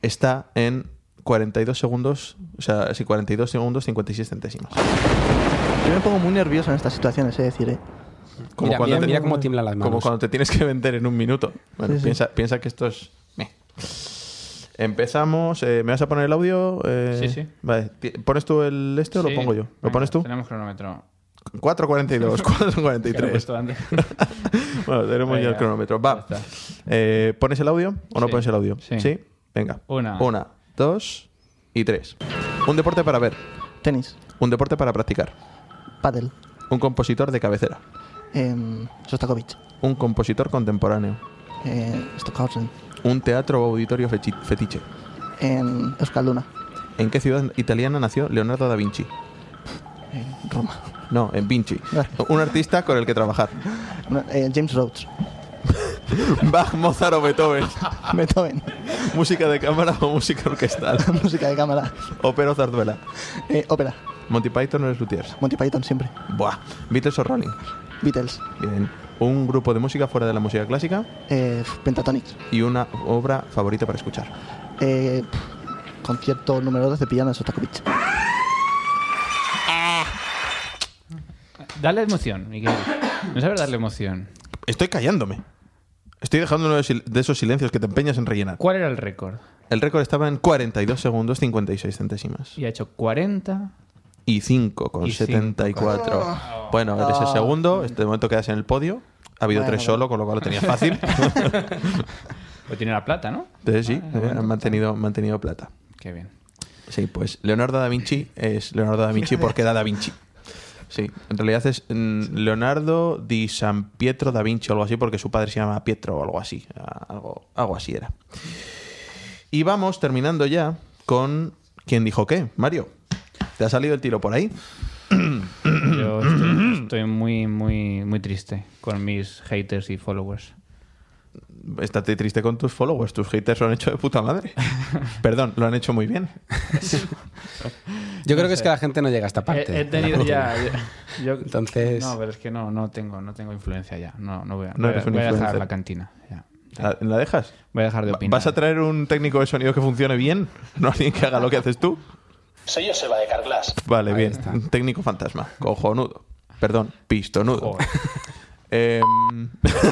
está en 42 segundos, o sea, sí, 42 segundos 56 centésimas.
Yo me pongo muy nervioso en estas situaciones, es decir, ¿eh?
Mira, mira- mira cómo tiemblan las
Como
manos.
cuando te tienes que vender en un minuto. Bueno,
Sí, sí.
Piensa, piensa que esto es... meh. Empezamos. eh, ¿Me vas a poner el audio? Eh,
Sí, sí.
Vale. ti- ¿Pones tú el este o lo
Sí.
pongo yo? ¿Lo
Venga,
pones tú?
Tenemos cronómetro.
4.42,
Que lo he
4.43.
puesto antes.
bueno, tenemos ya el
Venga,
cronómetro. Va.
ya
Eh, ¿Pones el audio o no
Sí.
pones el audio?
Sí.
Venga.
Una.
Una, dos y tres. Un deporte para ver.
Tenis,
Un deporte para practicar.
pádel,
Un compositor de cabecera.
em, Sostakovich,
Un compositor contemporáneo.
eh, Stockhausen,
Un teatro o auditorio fechi- fetiche.
en Euskalduna,
¿En qué ciudad italiana nació Leonardo da Vinci?
en Roma,
No, en Vinci.
Vale.
Un artista con el que trabajar.
No, eh, James Rhodes,
Bach, Mozart o Beethoven.
Ah.
Beethoven,
música de cámara o música orquestal.
música de cámara,
Opero zarzuela.
eh, ópera,
Monty Python o los Luthiers.
Monty Python siempre,
Buah. Beatles o Rolling.
Beatles,
Bien. Un grupo de música fuera de la música clásica
eh, Pentatonics,
y una obra favorita para escuchar.
eh, pff, concierto número 2 de piano de Sostakovich.
Dale emoción, Miguel. No sabes darle emoción.
Estoy callándome. Estoy dejando uno de sil- de esos silencios que te empeñas en rellenar.
¿Cuál era el récord?
El récord estaba en 42 segundos 56 centésimas.
Y ha hecho 40.
Y 5 con
Y
74. Bueno, eres el segundo. Este momento quedas en el podio. Ha habido
Bueno,
tres solo, con lo cual lo tenía fácil.
Pues tiene la plata, ¿no?
Entonces sí, eh, han mantenido, mantenido plata.
Qué bien.
Sí, pues Leonardo da Vinci es Leonardo da Vinci porque da da Vinci. Sí, en realidad es mm, Leonardo di San Pietro da Vinci o algo así porque su padre se llama Pietro o algo así. a- Algo, algo así era. Y vamos terminando ya con ¿Quién dijo qué? Mario, ¿te ha salido el tiro por ahí?
Yo estoy, estoy muy, muy, muy triste con mis haters y followers.
Estate triste con tus followers. Tus haters lo han hecho de puta madre. Perdón, lo han hecho muy bien.
Yo creo que es que la gente no llega a esta parte.
He, he tenido ya. yo- yo-
Entonces-
No, pero es que no, no tengo, no tengo influencia ya. No, no voy a,
No
voy a-
eres un
voy a dejar
influencer.
la cantina. ya.
¿La, la dejas?
Voy a dejar de opinar.
¿Vas a traer un técnico de sonido que funcione bien? ¿No alguien que haga lo que haces tú?
Sello Seba de Carglass.
Vale,
Ahí
bien.
está.
Un técnico fantasma. Cojonudo. Perdón, pistonudo.
Joder.
Em,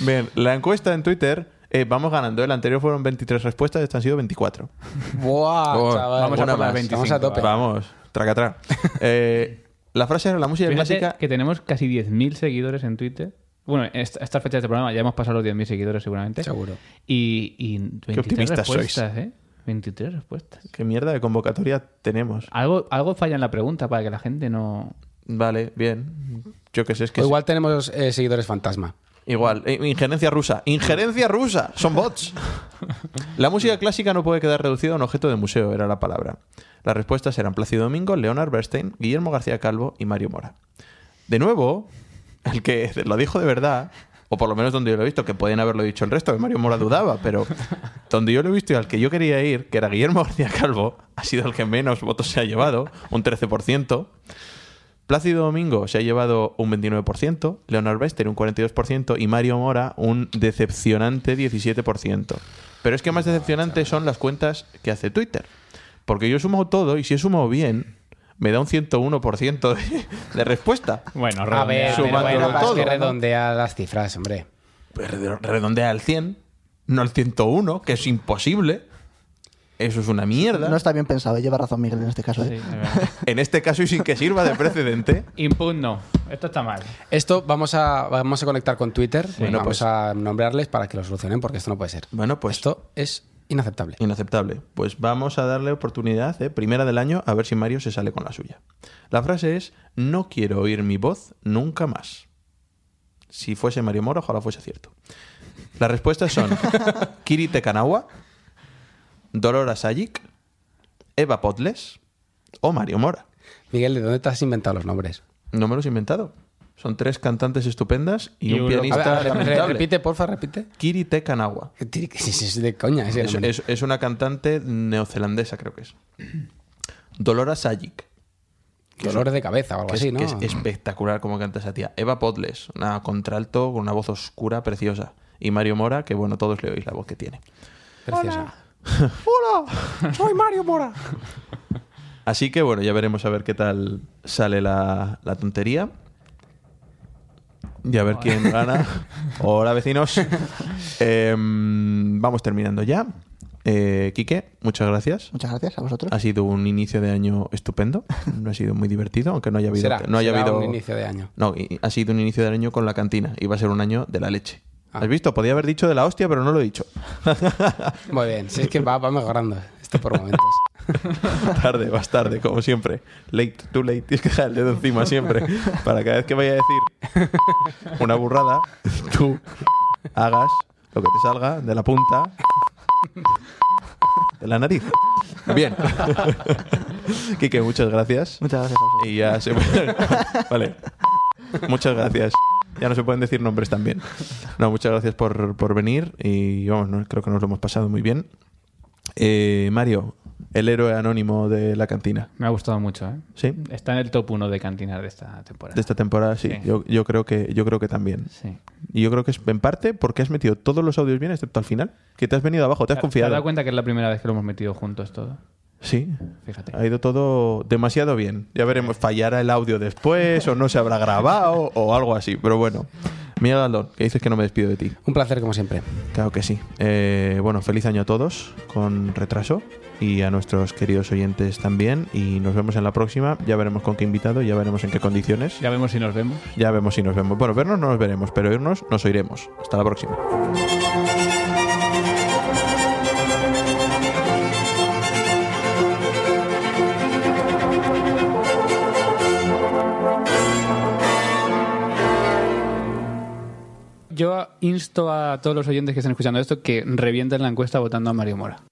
bien, la encuesta en Twitter. eh, vamos ganando. El anterior fueron 23 respuestas, estas han sido 24.
Buah,
Oh,
chaval.
Ah, vamos a
Una
por la
más.
25,
Vamos a tope.
va.
Vamos, traca traca. Eh, la frase era la música
Fíjate
clásica.
que tenemos casi 10.000 seguidores en Twitter. Bueno, en esta, esta fecha de este programa ya hemos pasado los 10.000 seguidores seguramente.
Seguro.
Y, y 23
optimistas sois.
respuestas, ¿eh? 23 respuestas.
Qué mierda de convocatoria tenemos.
Algo, algo falla en la pregunta para que la gente no...
Vale, bien. Yo qué sé, es que
O igual tenemos eh, seguidores fantasma.
Igual, eh, injerencia rusa. ¡Injerencia rusa! Son bots. La música clásica no puede quedar reducida a un objeto de museo, era la palabra. Las respuestas eran Plácido Domingo, Leonard Bernstein, Guillermo García Calvo y Mario Mora. De nuevo, el que lo dijo de verdad, o por lo menos donde yo lo he visto, que podían haberlo dicho el resto, que Mario Mora dudaba, pero donde yo lo he visto y al que yo quería ir, que era Guillermo García Calvo, ha sido el que menos votos se ha llevado, un 13%. Plácido Domingo se ha llevado un 29%, Leonard Bester un 42% y Mario Mora un decepcionante 17%. Pero es que más decepcionantes son las cuentas que hace Twitter. Porque yo he sumado todo y si he sumado bien, me da un 101% de, de respuesta.
Bueno,
A ver, pero
Sumándolo
bueno,
todo,
es que
¿no?
redondea las cifras, hombre.
Pero Redondea al 100, no al 101, que es imposible. Eso es una mierda.
No está bien pensado, lleva razón Miguel en este caso. ¿eh?
Sí, es verdad.
En este caso y sin que sirva de precedente.
Impugno. Esto está mal.
Esto vamos a, vamos a conectar con Twitter.
Bueno,
vamos
pues-
a nombrarles para que lo solucionen, porque esto no puede ser.
Bueno, pues
Esto es inaceptable.
Inaceptable. Pues vamos a darle oportunidad, ¿eh? primera del año, a ver si Mario se sale con la suya. La frase es, no quiero oír mi voz nunca más. Si fuese Mario Moro, ojalá fuese cierto. Las respuestas son Kiri Tekanawa, Dolora Sajic, Eva Potles o Mario Mora.
Miguel, ¿de dónde te has inventado los nombres?
No me los he inventado. Son tres cantantes estupendas y,
Y
un
un loco.
A ver,
pianista
a ver, re-
lamentable.
repite, porfa, repite.
Kiri Tekanawa.
Sí, sí, es de coña. ese
Es,
nombre.
es- es una cantante neozelandesa, creo que es. Dolora Sajic,
Dolores de cabeza o algo
que, es,
así, ¿no?
que es espectacular como canta esa tía. Eva Podles, una contralto con una voz oscura, preciosa. Y Mario Mora, que bueno, todos le oís la voz que tiene.
Preciosa.
¡Hola! ¡Soy Mario Mora! Así que bueno, ya veremos a ver qué tal sale la, la tontería. Y a ver quién gana. Hola, vecinos. Em, vamos terminando ya. Eh, Quique, muchas gracias.
Muchas gracias a vosotros.
Ha sido un inicio de año estupendo. No ha sido muy divertido, aunque no haya habido.
Será,
no haya
será
habido
un inicio de año.
No, y- y ha sido un inicio de año con la cantina. Y va a ser un año de la leche.
Ah.
¿Has visto? Podía haber dicho de la hostia, pero no lo he dicho.
Muy bien, si es que va, va mejorando esto por momentos.
tarde, más tarde, como siempre. Late, too late. Tienes que dejar el dedo encima siempre. Para cada vez que vaya a decir una burrada, tú hagas lo que te salga de la punta de la nariz. Bien. Quique, muchas gracias.
Muchas gracias a vosotros.
Y ya se Vale. Muchas gracias. Ya no se pueden decir nombres también. No, muchas gracias por, por venir y vamos, no, creo que nos lo hemos pasado muy bien. Eh, Mario, el héroe anónimo de la cantina.
Me ha gustado mucho, ¿eh?
¿Sí?
Está en el top 1 de cantinas de esta temporada.
De esta temporada, sí.
Sí.
Yo, yo creo que, yo creo que también.
Sí.
Y yo creo que es en parte porque has metido todos los audios bien, excepto al final. Que te has venido abajo, te has
¿Te has dado
confiado.
cuenta que es la primera vez que lo hemos metido juntos todo?
Sí.
Fíjate.
Ha ido todo demasiado bien. Ya veremos, fallará el audio después, o no se habrá grabado, o algo así. Pero bueno. Miguel Galdón, que dices que no me despido de ti.
Un placer, como siempre.
Claro que sí. Eh, bueno, feliz año a todos, con retraso, y a nuestros queridos oyentes también. Y nos vemos en la próxima. Ya veremos con qué invitado, ya veremos en qué condiciones.
Ya vemos si nos vemos.
Ya vemos si nos vemos. Bueno, vernos no nos veremos, pero irnos nos oiremos. Hasta la próxima.
Yo insto a todos los oyentes que están escuchando esto que revienten la encuesta votando a Mario Mora.